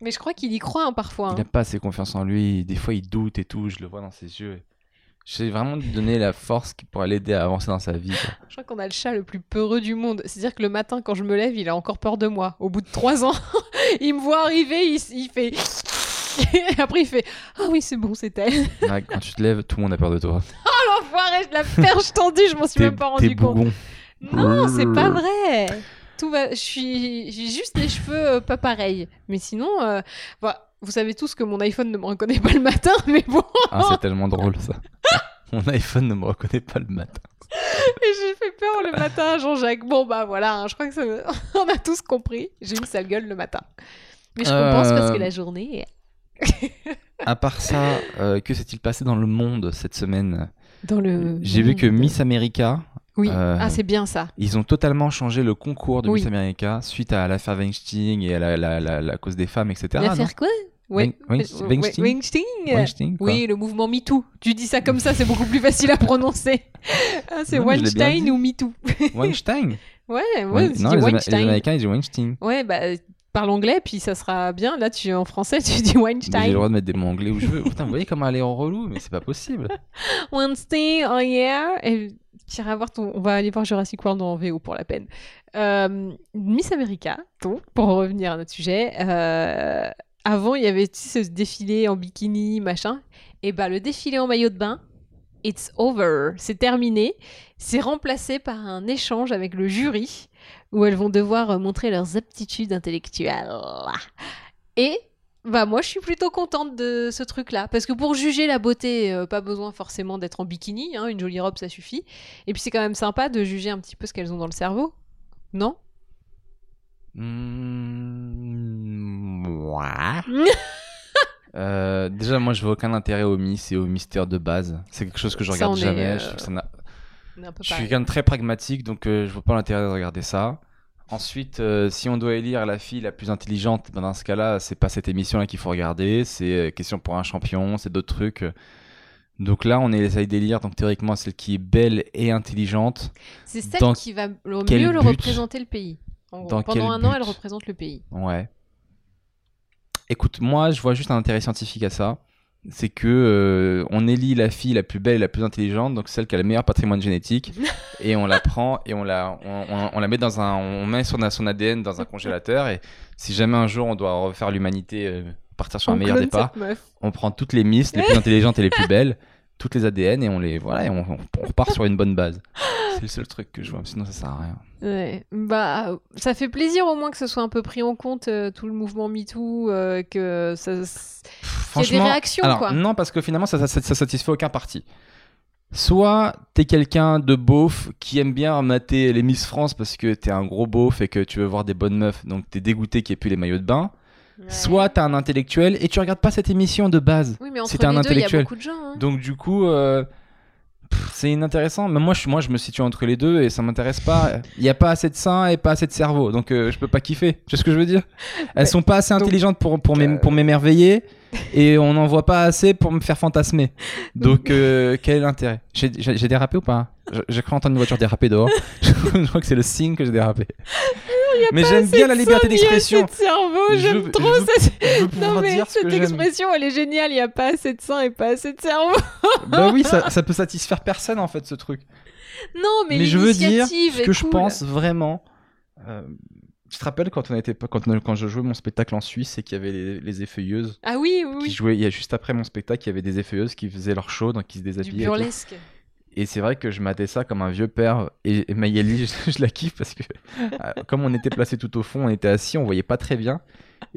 Mais je crois qu'il y croit hein, parfois. hein. Il n'a pas assez confiance en lui. Des fois, il doute et tout. Je le vois dans ses yeux. J'essaie vraiment de lui donner la force qui pourrait l'aider à avancer dans sa vie. quoi. Je crois qu'on a le chat le plus peureux du monde. C'est-à-dire que le matin, quand je me lève, il a encore peur de moi. Au bout de 3 ans, il me voit arriver, il, s- il fait. Et après, il fait Ah oui, c'est bon, c'est elle. Ouais, quand tu te lèves, tout le monde a peur de toi. L'enfoiré, je la perche tendue, je m'en suis T'es même pas t'es rendu compte. bougon. Non, c'est Euh. pas vrai. Tout va. Je suis. J'ai juste les cheveux euh, pas pareils. Mais sinon, euh, bah, vous savez tous que mon iPhone ne me reconnaît pas le matin. Mais bon, Ah, c'est tellement drôle ça. Mon iPhone ne me reconnaît pas le matin. j'ai fait peur le matin, à Jean-Jacques. Bon bah voilà. hein, je crois que ça... on a tous compris. J'ai une sale gueule le matin. Mais je compense Euh, parce que la journée. est À part ça, euh, que s'est-il passé dans le monde cette semaine Dans Euh, le. Euh, J'ai vu que Miss America, Oui. euh, Ah c'est bien ça. ils ont totalement changé le concours de Oui. Miss America suite à l'affaire Weinstein et à la, la- la- la cause des femmes, etc. L'affaire quoi Ouais. Weng- Weng- Euh, Weinstein Weinstein non Weinstein, quoi. Oui, le mouvement MeToo. Tu dis ça comme ça, c'est beaucoup plus facile à prononcer. Ah, c'est Non, mais je l'ai bien Weinstein dit. ou MeToo Weinstein Ouais, ouais, Wein- tu Non, dis les, Ama- les Weinstein. Américains, ils disent Weinstein. Ouais, bah, parle anglais, puis ça sera bien. Là, tu en français, tu dis Mais J'ai le Weinstein. droit de mettre des mots anglais où je veux. Putain, vous voyez comment elle est en relou, mais c'est pas possible. Weinstein, oh yeah. Et tu iras voir ton... On va aller voir Jurassic World en VO pour la peine. Euh, Miss America, donc, pour revenir à notre sujet. euh, avant, il y avait tu sais, ce défilé en bikini, machin. Et bah, le défilé en maillot de bain, it's over. C'est terminé. C'est remplacé par un échange avec le jury où elles vont devoir euh, montrer leurs aptitudes intellectuelles. Et bah moi je suis plutôt contente de ce truc là parce que pour juger la beauté euh, pas besoin forcément d'être en bikini hein, une jolie robe ça suffit et puis c'est quand même sympa de juger un petit peu ce qu'elles ont dans le cerveau non Mmh, Hmm, moi. Euh, déjà, moi, je vois aucun intérêt au Miss et au mystère de base. C'est quelque chose que je Ça, regarde on est, jamais. euh, Je, trouve que ça n'a- On est un peu je suis pareil. quelqu'un de très pragmatique, donc euh, je vois pas l'intérêt de regarder ça. Ensuite, euh, si on doit élire la fille la plus intelligente, ben, dans ce cas-là, c'est pas cette émission-là qu'il faut regarder. C'est euh, question pour un champion, c'est d'autres trucs. Donc là, on essaye d'élire, donc théoriquement, celle qui est belle et intelligente. c'est celle dans qui va le quel mieux le but représenter le pays En gros, Dans pendant quel un an but elle représente le pays Ouais. Écoute, moi, je vois juste un intérêt scientifique à ça. C'est que euh, on élit la fille la plus belle et la plus intelligente, donc celle qui a le meilleur patrimoine génétique, et on la prend et on la, on, on- on la met dans un, on met son, son ADN dans un congélateur. Et si jamais un jour on doit refaire l'humanité, euh, partir sur On un meilleur clone départ, cette meuf. on prend toutes les miss, les plus intelligentes et les plus belles, toutes les ADN et on les, voilà, et on, on- on repart sur une bonne base. C'est le seul truc que je vois, sinon ça sert à rien. Ouais. Bah, ça fait plaisir au moins que ce soit un peu pris en compte euh, tout le mouvement MeToo, euh, que ça. s- qu'il y ait des Franchement, réactions, Alors, quoi. Non, parce que finalement, ça, ça, ça satisfait aucun parti. Soit t'es quelqu'un de beauf qui aime bien mater les Miss France parce que t'es un gros beauf et que tu veux voir des bonnes meufs, donc t'es dégoûté qu'il n'y ait plus les maillots de bain. Soit t'es un intellectuel et tu regardes pas cette émission de base. Oui, mais entre c'était un les deux, il y a intellectuel. beaucoup de gens. hein. Donc du coup, euh, pff, c'est inintéressant. Mais moi, je, moi, je me situe entre les deux et ça m'intéresse pas. Il n'y a pas assez de seins et pas assez de cerveau, donc euh, je peux pas kiffer. Tu sais ce que je veux dire Ouais. Elles sont pas assez Donc, intelligentes pour pour m'é- euh, pour m'émerveiller et on n'en voit pas assez pour me faire fantasmer. Donc euh, quel est l'intérêt J'ai- J'ai j'ai dérapé ou pas Je- J'ai cru entendre une voiture déraper dehors. je crois que c'est le signe que j'ai dérapé. Mais j'aime bien la liberté d'expression. Cette cerveau, Je j'aime veux- trop je veux- cette. Je veux Non pouvoir mais dire ce que cette j'aime. expression, elle est géniale. Il y a pas assez de seins et pas assez de cerveau. Bah oui, ça, ça peut satisfaire personne en fait ce truc. Non, mais, mais, je veux dire l'initiative ce est que je cool. pense vraiment. Euh, tu te rappelles quand on était quand, on- quand je jouais mon spectacle en Suisse et qu'il y avait les, les effeuilleuses Ah oui, qui oui, jouaient il y a juste après mon spectacle, il y avait des effeuilleuses qui faisaient leur show donc qui se oui. Du déshabillaient. et tout. burlesque. Et c'est vrai que je matais ça comme un vieux père. Et Mayeli, je, je la kiffe parce que euh, comme on était placé tout au fond, on était assis, on voyait pas très bien.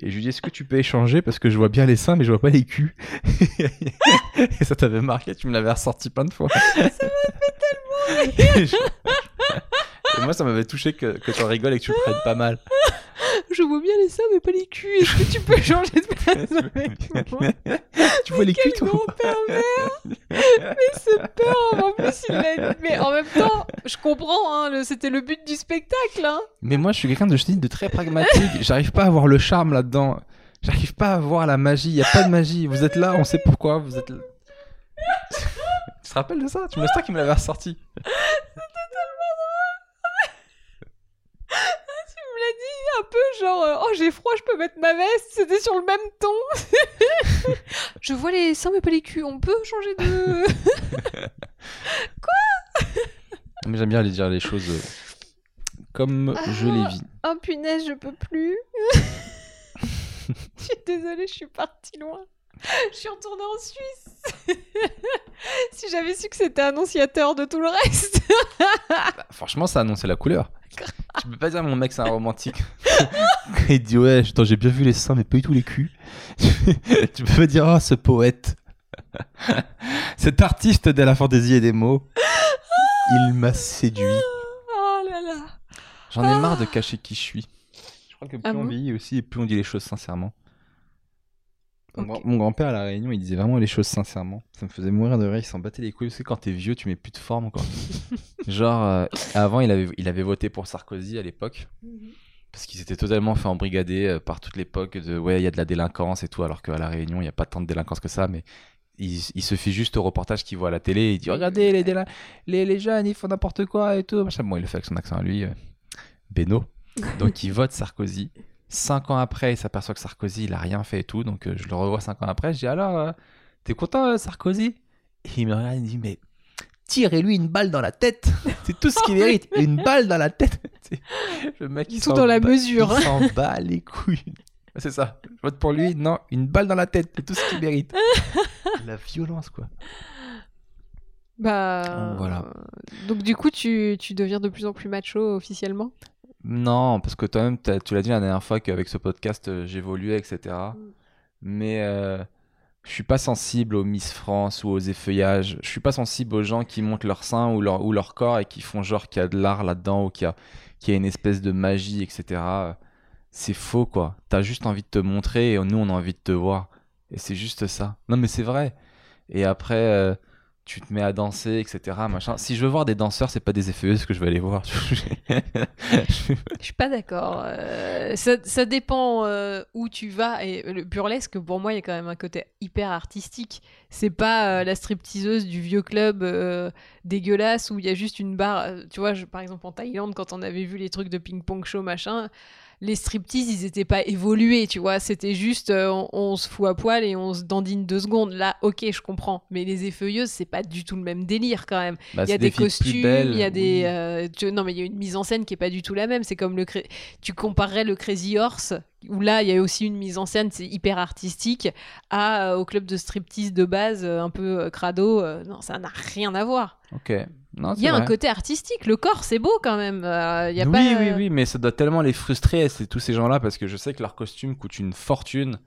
Et je lui dis est-ce que tu peux échanger parce que je vois bien les seins mais je vois pas les culs. et ça t'avait marqué, tu me l'avais ressorti plein de fois. Et je- et moi ça m'avait touché que, que t'en rigoles et que tu le prennes pas mal. Je vois bien les seins, mais pas les culs. Est-ce que tu peux changer de place avec moi tu vois les Quel culs toi grand pervers Mais ce pervers, en plus, il l'a... Mais en même temps, je comprends, hein, le- c'était le but du spectacle. Hein. Mais moi, je suis quelqu'un de, je te dis, de très pragmatique. J'arrive pas à voir le charme là-dedans. J'arrive pas à voir la magie. Y a pas de magie. Vous êtes là, on sait pourquoi. Vous êtes là. tu te rappelles de ça Tu me laisses toi qui me l'avait ressorti. Tu me l'as dit un peu genre, euh, oh j'ai froid, je peux mettre ma veste. C'était sur le même ton. je vois les seins, mais pas les culs. On peut changer de... Mais j'aime bien lui dire les choses euh, comme je les vis. Oh punaise, je peux plus. je suis désolée, je suis partie loin. Je suis retournée en Suisse. si j'avais su que c'était annonciateur de tout le reste. Bah, franchement, ça annonçait la couleur. Tu peux pas dire mon mec, c'est un romantique. Il dit ouais, attends, j'ai bien vu les seins, mais pas du tout les culs. tu peux pas dire ah, ce poète, cet artiste de la fantaisie et des mots. Il m'a séduit. Oh là là. J'en ai marre de cacher qui je suis. Je crois que plus Ah on bon vieillit aussi et plus on dit les choses sincèrement. Mon Ok. grand- Mon grand-père à la réunion, il disait vraiment les choses sincèrement. Ça me faisait mourir de rire, il s'en battait les couilles. Parce que quand t'es vieux, tu mets plus de forme. Quoi. Genre, euh, avant, il avait, il avait voté pour Sarkozy à l'époque. Parce qu'ils étaient totalement fait embrigader euh, par toute l'époque de ouais, il y a de la délinquance et tout. Alors qu'à la réunion, il n'y a pas tant de délinquance que ça. Mais il, il se fie juste au reportage qu'il voit à la télé. et Il dit regardez, les, délin- les, les jeunes, ils font n'importe quoi et tout. Machin. Bon, il le fait avec son accent à lui. euh, Beno. Donc il vote Sarkozy. Cinq ans après, il s'aperçoit que Sarkozy, il a rien fait et tout. Donc euh, je le revois cinq ans après. Je dis alors, euh, t'es content, euh, Sarkozy Et il me regarde et il dit mais tirez-lui une balle dans la tête. C'est tout ce qu'il mérite. Une balle dans la tête. C'est- le mec, il Ah Tout s'en dans la bat- mesure. Il s'en bat les couilles. C'est ça. Je vote pour lui. Non, une balle dans la tête. C'est tout ce qu'il mérite. la violence, quoi. Bah. Donc, voilà. euh, Donc du coup, tu, tu deviens de plus en plus macho officiellement. Non, parce que toi-même, t'as- tu l'as dit la dernière fois qu'avec ce podcast, euh, j'évoluais, etc. Mais euh, je suis pas sensible aux Miss France ou aux effeuillages. Je suis pas sensible aux gens qui montent leur sein ou leur, ou leur corps et qui font genre qu'il y a de l'art là-dedans ou qu'il y a, qu'il y a une espèce de magie, etc. C'est faux, quoi. T'as juste envie de te montrer et nous, on a envie de te voir. Et c'est juste ça. Non, mais c'est vrai. Et après, euh, tu te mets à danser, etc. Machin. Si je veux voir des danseurs, c'est pas des effeuilleuses que je vais aller voir. Je suis pas d'accord. euh, ça, ça dépend euh, où tu vas. Et le burlesque, pour moi, il y a quand même un côté hyper artistique. C'est pas euh, la stripteaseuse du vieux club euh, dégueulasse où il y a juste une barre. euh, Tu vois, je- par exemple en Thaïlande, quand on avait vu les trucs de ping-pong show, machin, les striptease, ils étaient pas évolués, tu vois. C'était juste, euh, on, on se fout à poil et on se dandine deux secondes. Là, ok, je comprends. Mais les effeuilleuses, c'est pas du tout le même délire quand même. Bah, Il y a c'est des, filles plus costumes, belles, il y a des. oui. euh, tu- non, mais il y a une mise en scène qui est pas du tout la même. C'est comme le. cré- Tu comparerais le Crazy Horse, où là, il y a aussi une mise en scène, c'est hyper artistique, à, euh, au club de striptease de base, euh, un peu euh, crado. euh, non, ça n'a rien à voir. Ok. Non, euh, Il y a Ah, c'est un vrai. côté artistique. Le corps, c'est beau quand même. Euh, Il y a oui, pas. oui, oui, mais ça doit tellement les frustrer, c'est tous ces gens-là, parce que je sais que leur costume coûte une fortune,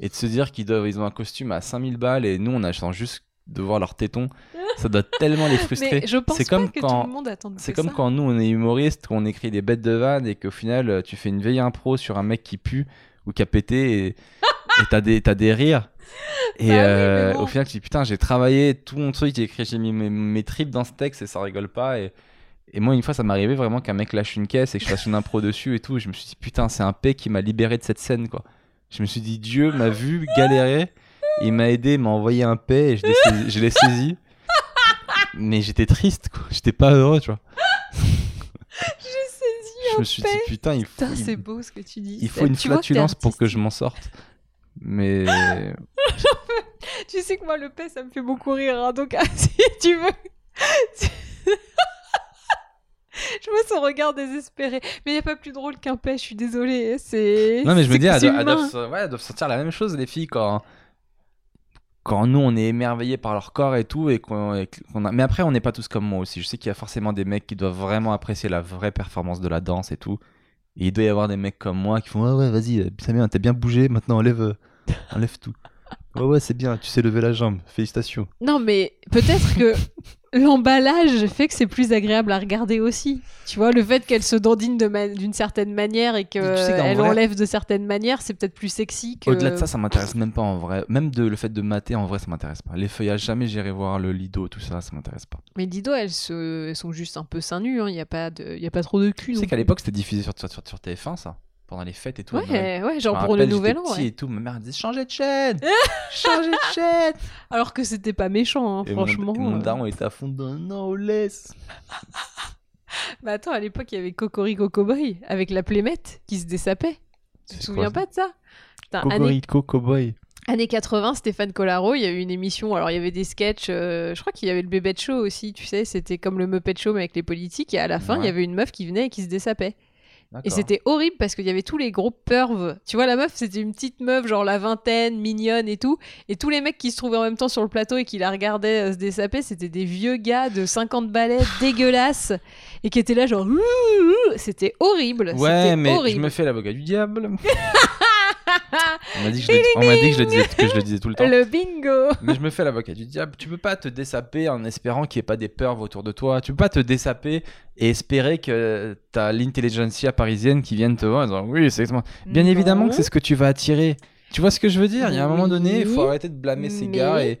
et de se dire qu'ils doivent, ils ont un costume à 5000 balles, et nous, on attend juste de voir leurs tétons, ça doit tellement les frustrer. Mais je pense C'est pas comme que quand- tout le monde attend C'est comme quand nous, on est humoriste, qu'on écrit des bêtes de vannes, et qu'au final, euh, tu fais une vieille impro sur un mec qui pue, ou qui a pété, et et t'as des, t'as des rires. Et Bah oui, mais euh, bon. au final, tu dis putain, j'ai travaillé tout mon truc, j'ai écrit, j'ai mis mes, mes tripes dans ce texte et ça rigole pas. Et, et moi, une fois, ça m'est arrivé vraiment qu'un mec lâche une caisse et que je fasse une impro dessus et tout. Et je me suis dit putain, c'est un P qui m'a libéré de cette scène quoi. Je me suis dit Dieu m'a vu galérer, il m'a aidé, il m'a envoyé un P et je l'ai saisi. je l'ai saisi. Mais j'étais triste quoi, j'étais pas heureux tu vois. J'ai saisi. Je me suis dit putain, il faut, Putain, il- c'est beau ce que tu dis. il Ça- faut une tu vois que t'es flatulence pour que artiste. je m'en sorte. Mais Tu sais que moi, le paix, ça me fait beaucoup rire. hein, donc, ah, si tu veux. si- Je vois son regard désespéré. Mais il n'y a pas plus drôle qu'un paix, je suis désolée. hein, C'est. Non, mais je me c'est- dis, elles, c'est doivent- elles humain. doivent, se- ouais, elles doivent sentir la même chose, les filles, quand, quand nous, on est émerveillés par leur corps et tout. Et qu'on et qu'on a... Mais après, on n'est pas tous comme moi aussi. Je sais qu'il y a forcément des mecs qui doivent vraiment apprécier la vraie performance de la danse et tout. Et il doit y avoir des mecs comme moi qui font Ouais, ouais, vas-y, euh, ça bien, t'as bien bougé, maintenant enlève, euh, enlève tout. Ouais, ouais, c'est bien, tu sais lever la jambe, félicitations. Non, mais peut-être que l'emballage fait que c'est plus agréable à regarder aussi. Tu vois, le fait qu'elle se dandine de ma- d'une certaine manière et Mais tu sais qu'en qu'elle vrai- enlève de certaines manières, c'est peut-être plus sexy que. Au-delà de ça, ça m'intéresse même pas en vrai. Même de, le fait de mater en vrai, ça m'intéresse pas. Les feuillages, jamais j'irai voir le lido, tout ça, ça m'intéresse pas. Mais Dido, elles, se... elles sont juste un peu seins nus. hein. Il n'y a, pas de... y a pas trop de cul. Tu non sais qu'à plus. l'époque, c'était diffusé sur, sur, sur TF1, ça, pendant les fêtes et tout. à Noël. Ouais, ouais, Je genre me pour le rappelle, nouvel j'étais an. petit ouais. et tout, ma mère disait changez de chaîne, changez de chaîne. Alors que c'était pas méchant, hein, Et mon- franchement. et mon, euh. daron était à fond dans non laisse. Bah attends, à l'époque, il y avait Cocorico Cowboy avec la plémette qui se dessapait. Tu te C'est souviens quoi, pas de ça Putain, année Cocorico Cowboy. Années 80, Stéphane Collaro, il y a eu une émission, alors il y avait des sketchs, euh, je crois qu'il y avait le Bébé de Show aussi, tu sais, c'était comme le Muppet Show mais avec les politiques, et à la fin, il y Ouais. avait une meuf qui venait et qui se dessapait. Et D'accord. c'était horrible parce qu'il y avait tous les gros pervs. Tu vois, la meuf, c'était une petite meuf, genre la vingtaine, mignonne et tout. Et tous les mecs qui se trouvaient en même temps sur le plateau et qui la regardaient euh, se dessaper, c'était des vieux gars de 50 balais dégueulasses et qui étaient là, genre. Ouh, ouh. C'était horrible. Ouais, euh, c'était mais je horrible. Ah, me fais l'avocat du diable. on m'a dit, que je le, on m'a dit que, je le disais, que je le disais tout le temps. Le bingo! Mais je me fais l'avocat du diable. Tu peux pas te dessaper en espérant qu'il n'y ait pas des pervs autour de toi. Tu peux pas te dessaper et espérer que t'as l'intelligentsia parisienne qui vienne te voir en disant Oui, c'est exactement. Bien évidemment que c'est ce que tu vas attirer. Tu vois ce que je veux dire Il y a un moment donné, il faut Oui, arrêter de blâmer ces mais- gars et,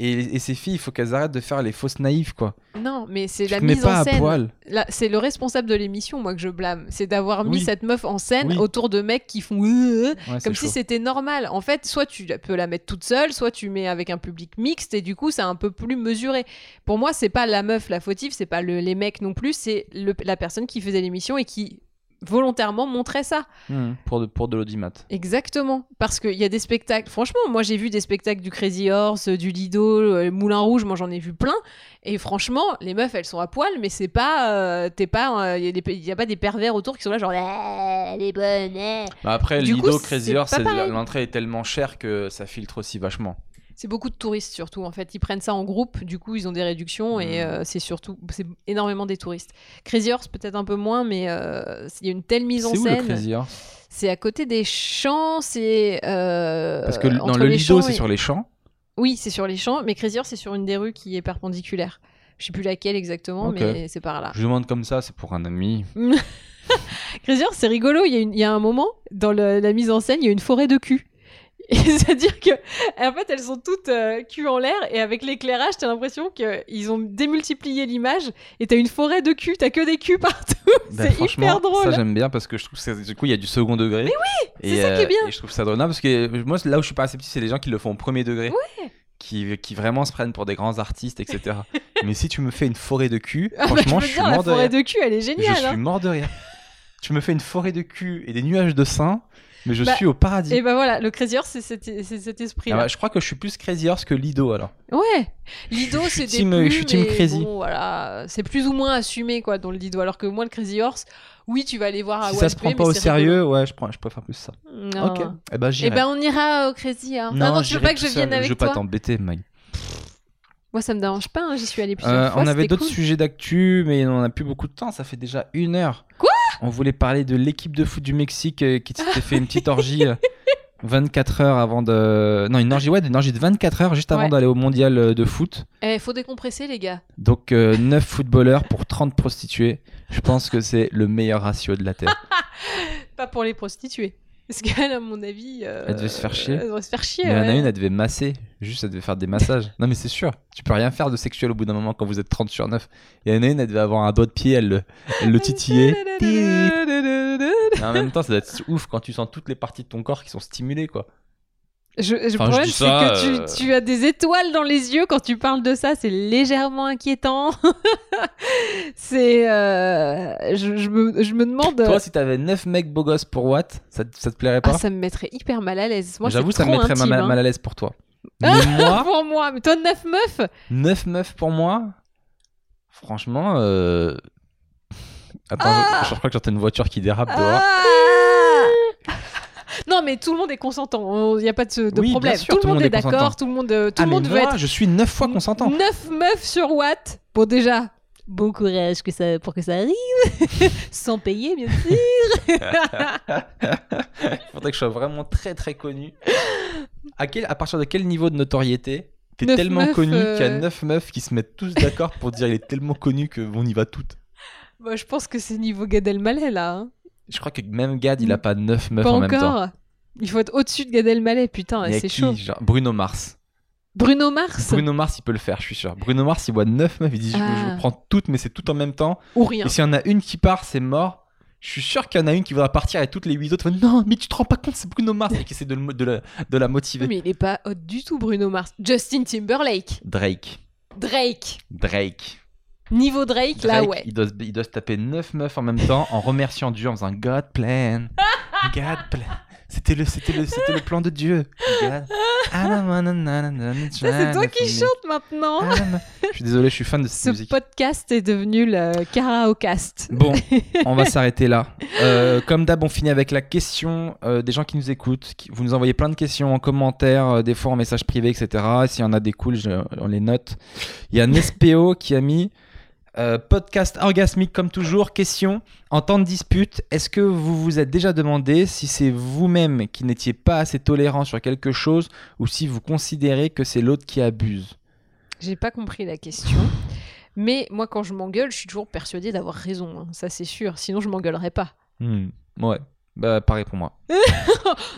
et, et ces filles, il faut qu'elles arrêtent de faire les fausses naïves, quoi. Non, mais c'est Tu la te mets mise pas en à scène. poil. Là, c'est le responsable de l'émission, moi, que je blâme. C'est d'avoir mis Oui. cette meuf en scène Oui. autour de mecs qui font. euh, euh, Ouais, c'est comme si chaud. c'était normal. En fait, soit tu la- peux la mettre toute seule, soit tu mets avec un public mixte et du coup, c'est un peu plus mesuré. Pour moi, c'est pas la meuf la fautive, c'est pas le- les mecs non plus, c'est le- la personne qui faisait l'émission et qui volontairement montrait ça. Hmm, pour de, pour de l'audimat. Exactement, parce qu'il y a des spectacles. Franchement, moi j'ai vu des spectacles du Crazy Horse, euh, du Lido, euh, Moulin Rouge, moi j'en ai vu plein. Et franchement, les meufs elles sont à poil, mais c'est pas. euh, T'es pas. Il n'y a, pas des pervers autour qui sont là genre. Ah, elle est bonne. eh. Bah après, Du Lido, coup, Crazy c'est Horse, pas c'est- pareil. l'entrée est tellement chère que ça filtre aussi vachement. C'est beaucoup de touristes surtout. En fait, ils prennent ça en groupe, du coup ils ont des réductions et Mm. euh, c'est surtout. C'est énormément des touristes. Crazy Horse peut-être un peu moins, mais euh, il y a une telle mise en C'est où le scène. Euh, Crazy Horse C'est à côté des champs, c'est. euh, Parce que l- dans entre le les Lido, champs c'est et- sur les champs. Oui, c'est sur les champs, mais Crazy Horse, c'est sur une des rues qui est perpendiculaire. Je sais plus laquelle exactement, Ok. mais c'est par là. Je demande comme ça, c'est pour un ami. Crazy Horse, c'est rigolo. Il y, a une- il y a un moment, dans le- la mise en scène, il y a une forêt de cul. Et C'est-à-dire que, en fait, elles sont toutes euh, cul en l'air, et avec l'éclairage, t'as l'impression qu'ils ont démultiplié l'image, et t'as une forêt de cul, t'as que des culs partout. Bah, c'est franchement, hyper drôle. Ça, j'aime bien parce que je trouve que c'est- du coup, il y a du second degré. Mais oui, c'est ça qui est bien. Et je trouve ça drôle. Non, parce que moi, là où je suis pas assez petit, c'est les gens qui le font au premier degré. Qui, qui vraiment se prennent pour des grands artistes, etc. Mais si tu me fais une forêt de cul, Ah bah, franchement, je je veux suis dire, la mort de forêt rire. de cul, elle est Je géniale. suis hein. mort de rire. tu me fais une forêt de cul et des nuages de seins, mais je Bah, suis au paradis. Et ben voilà, le Crazy Horse, c'est cet, c'est cet esprit-là. Ah bah, je crois que je suis plus Crazy Horse que Lido alors. Ouais, Je- Lido je suis c'est des plumes, team- bah. euh, je suis team mais Crazy. bon, voilà, c'est plus ou moins assumé quoi dans le Lido, alors que moi le Crazy Horse, Ah oui tu vas aller voir à si ça se OSP, prend mais pas au c'est sérieux, ouais, je, prends, je préfère plus ça. rigolo. Non. Ok. Eh ben, Eh j'irai. ben on ira au Crazy Horse. Ah non tu veux j'irai pas que tout je vienne seul, avec Je veux toi pas t'embêter, Mag. Moi ça me dérange pas, hein, j'y suis allée plusieurs Euh, fois. on avait c'était d'autres cool. sujets d'actu, mais on n'a plus beaucoup de temps. Ça fait déjà une heure. Quoi On voulait parler de l'équipe de foot du Mexique euh, qui s'était fait une petite orgie euh, 24 heures avant de. Non, une orgie, ouais, une orgie de 24 heures juste avant Ouais. d'aller au mondial euh, de foot. Eh faut décompresser les gars. Donc 9 footballeurs pour 30 prostituées. Je pense que c'est le meilleur ratio de la Terre. Pas pour les prostituées. Parce qu'elle, à mon avis. euh, Elle devait se faire chier. Elle devait se faire chier. mais il y en a ouais. une, elle devait masser. Juste, elle devait faire des massages. Non, mais c'est sûr. Tu peux rien faire de sexuel au bout d'un moment quand vous êtes 30 sur 9. Il y en a une, elle devait avoir un doigt de pied, elle le, elle le titillait. Pip. Mais en même temps, ça doit être ouf quand tu sens toutes les parties de ton corps qui sont stimulées, quoi. Je, le Enfin, je problème, dis c'est ça, que euh. tu, tu as des étoiles dans les yeux quand tu parles de ça. C'est légèrement inquiétant. c'est. euh, je, je me, je me demande. Toi, si t'avais 9 mecs beaux gosses pour Watt, ça, te- ça te plairait Ah, pas ça me mettrait hyper mal à l'aise. Moi, J'avoue, c'est ça me trop mettrait ma- intime, mal, hein. à l'aise pour toi. Mais moi, Pour moi, mais toi, neuf meufs 9 meufs pour moi, franchement. euh, Attends, Ah je, je crois que j'entends une voiture qui dérape dehors. Ah Non, mais tout le monde est consentant. Il n'y a pas de, de Oui, bien problème. sûr, tout, le monde est consentant. d'accord. Tout le monde, euh, tout Ah, le mais monde veut moi, être je suis 9 fois consentant. 9 meufs sur Watt. Bon, déjà, bon courage que ça, pour que ça arrive. Sans payer, bien sûr. Il faudrait que je sois vraiment très très connu. À, quel, à partir de quel niveau de notoriété T'es Neuf tellement meufs, connu euh, qu'il y a 9 meufs qui se mettent tous d'accord pour dire il est tellement connu qu'on y va toutes. Moi, je pense que c'est niveau Gad Elmaleh, là. hein. Je crois que même Gad, il a pas 9 meufs Mm. Pas en même temps. encore. Il faut être au-dessus de Gad Elmaleh, putain, Il y a c'est qui, chaud. genre, Bruno Mars. Bruno Mars Bruno Mars, il peut le faire, je suis sûr. Bruno Mars, il voit 9 meufs, il dit je- Ah. je, prends toutes, mais c'est tout en même temps. ou rien. Et s'il y en a une qui part, c'est mort. Je suis sûr qu'il y en a une qui va partir et toutes les 8 autres vont non, mais tu te rends pas compte, c'est Bruno Mars et qui essaie de, le- de la, de la motiver. Mais il est pas hot du tout, Bruno Mars. Justin Timberlake, Drake. Drake, Drake. niveau Drake, là, Drake, ouais. il, doit, se- il doit se taper 9 meufs en même temps en remerciant Dieu en faisant God plan. God plan. C'était le, c'était le, c'était le plan de Dieu. God. Ça, c'est toi qui chante chantes maintenant. bah, Ah, non. Je suis désolé, je suis fan de cette Ce musique. podcast est devenu le karaokast. Bon, on va s'arrêter là. Euh, comme d'hab, on finit avec la question euh, des gens qui nous écoutent. qui- vous nous envoyez plein de questions en commentaire, euh, des fois en message privé, etc. S'il y en a des cool, je- on les note. Il y a Nespéo qui a mis euh, podcast orgasmique comme toujours. Question en temps de dispute, est-ce que vous vous êtes déjà demandé si c'est vous-même qui n'étiez pas assez tolérant sur quelque chose ou si vous considérez que c'est l'autre qui abuse J'ai pas compris la question. Mais moi, quand je m'engueule, je suis toujours persuadée d'avoir raison. hein. Ça, c'est sûr. Sinon, je m'engueulerais pas. Hmm, Ouais, bah pareil pour moi.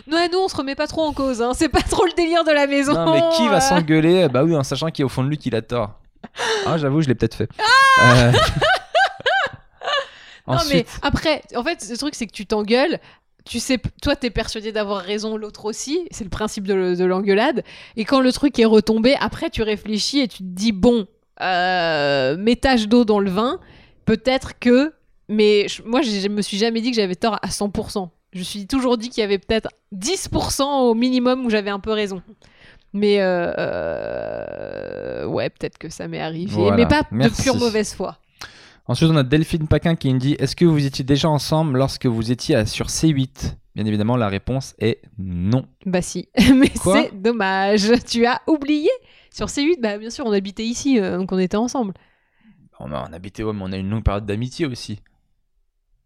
Non, nous, on se remet pas trop en cause. hein. C'est pas trop le délire de la maison. Non, mais qui euh. va s'engueuler Bah oui, en sachant qu'il est au fond de lui qu'il a tort. Ah, j'avoue, je l'ai peut-être fait. Euh, Non, mais Ensuite, après, en fait, le truc, c'est que tu t'engueules. Tu sais, p- toi, t'es persuadé d'avoir raison, l'autre aussi. C'est le principe de, le- de l'engueulade. Et quand le truc est retombé, après, tu réfléchis et tu te dis bon, euh, mes taches d'eau dans le vin, peut-être que. Mais je- moi, je je me suis jamais dit que j'avais tort à 100%. Je me suis toujours dit qu'il y avait peut-être 10% au minimum où j'avais un peu raison. Mais euh, euh, ouais, peut-être que ça m'est arrivé. Voilà. Mais pas Merci. de pure mauvaise foi. ensuite, on a Delphine Paquin qui nous dit Est-ce que vous étiez déjà ensemble lorsque vous étiez à- sur C8 Bien évidemment, la réponse est non. Bah si, mais Quoi c'est dommage. Tu as oublié sur C8, bah bien sûr, on habitait ici, euh, donc on était ensemble. On, a, on habitait, ouais, mais on a une longue période d'amitié aussi.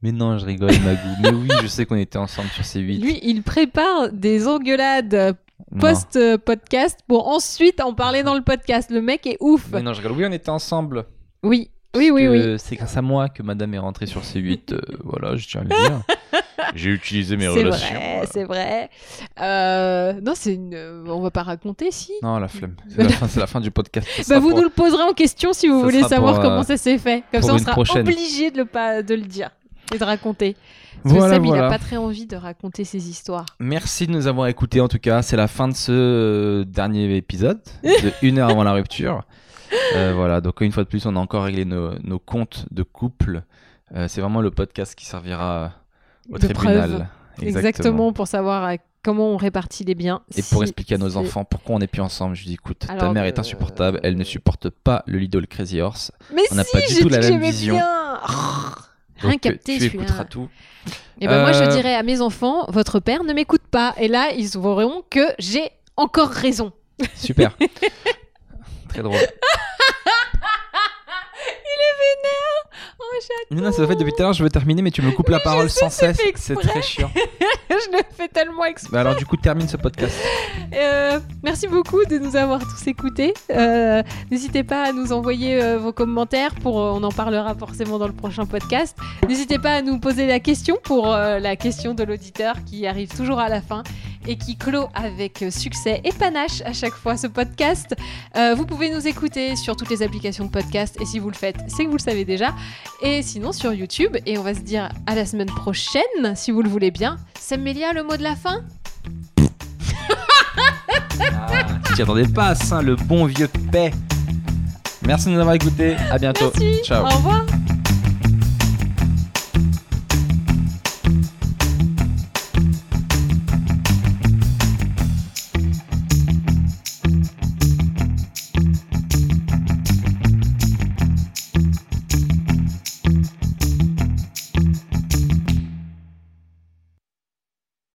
Mais non, je rigole, Magou. mais oui, je sais qu'on était ensemble sur C8. Lui, il prépare des engueulades Non. post-podcast pour ensuite en parler dans le podcast. Le mec est ouf. Mais non, je rigole. Oui, on était ensemble. Oui, oui, oui, Parce oui. que C'est grâce à moi que madame est rentrée sur C8. euh, voilà, je tiens à le dire. J'ai utilisé mes C'est relations. vrai, c'est vrai. Euh, non, c'est une. euh, On va pas raconter si. Non, la flemme. C'est la fin, c'est la fin du podcast. Ça Bah sera vous pour- nous le poserez en question si vous ça voulez sera savoir pour, euh, comment ça s'est fait. Comme pour ça, on une sera prochaine. obligé de le pas de le dire et de raconter. Parce que Voilà, Seb, il voilà. a pas très envie de raconter ses histoires. Merci de nous avoir écoutés en tout cas. C'est la fin de ce euh, dernier épisode, de une heure avant la rupture. Euh, voilà, donc une fois de plus, on a encore réglé nos, nos comptes de couple. Euh, c'est vraiment le podcast qui servira au de tribunal. preuves. Exactement. pour savoir euh, comment on répartit les biens. Et pour si expliquer à nos c'est- enfants pourquoi on n'est plus ensemble, je dis écoute, ta Alors euh, mère que- est insupportable, elle ne supporte pas le Lidl Crazy Horse. Mais on n'a si, pas du j'ai tout dit la que même j'aimais vision. bien. Rien Donc, euh, capté, tu celui-là. écouteras tout. Et ben moi je Euh, dirais à mes enfants, votre père ne m'écoute pas. Et là ils verront que j'ai encore raison. Super. Très drôle. Oh, j'ai- Lina, ça fait depuis tout à l'heure, je veux terminer, mais tu me coupes la parole sans cesse. fait C'est exprès. très chiant. je le fais tellement exprès. Bah alors, du coup, termine ce podcast. Euh, merci beaucoup de nous avoir tous écoutés. Euh, N'hésitez pas à nous envoyer euh, vos commentaires. Pour, euh, on en parlera forcément dans le prochain podcast. N'hésitez pas à nous poser la question pour euh, la question de l'auditeur qui arrive toujours à la fin et qui clôt avec euh, succès et panache à chaque fois ce podcast. Euh, vous pouvez nous écouter sur toutes les applications de podcast et si vous le faites, c'est que vous le savez déjà. Et sinon sur YouTube. Et on va se dire à la semaine prochaine, si vous le voulez bien. Samélia, le mot de la fin Ah, Tu t'y attendais pas, hein, ça, le bon vieux paix. Merci de nous avoir écoutés. À bientôt. Merci. Ciao. Au revoir.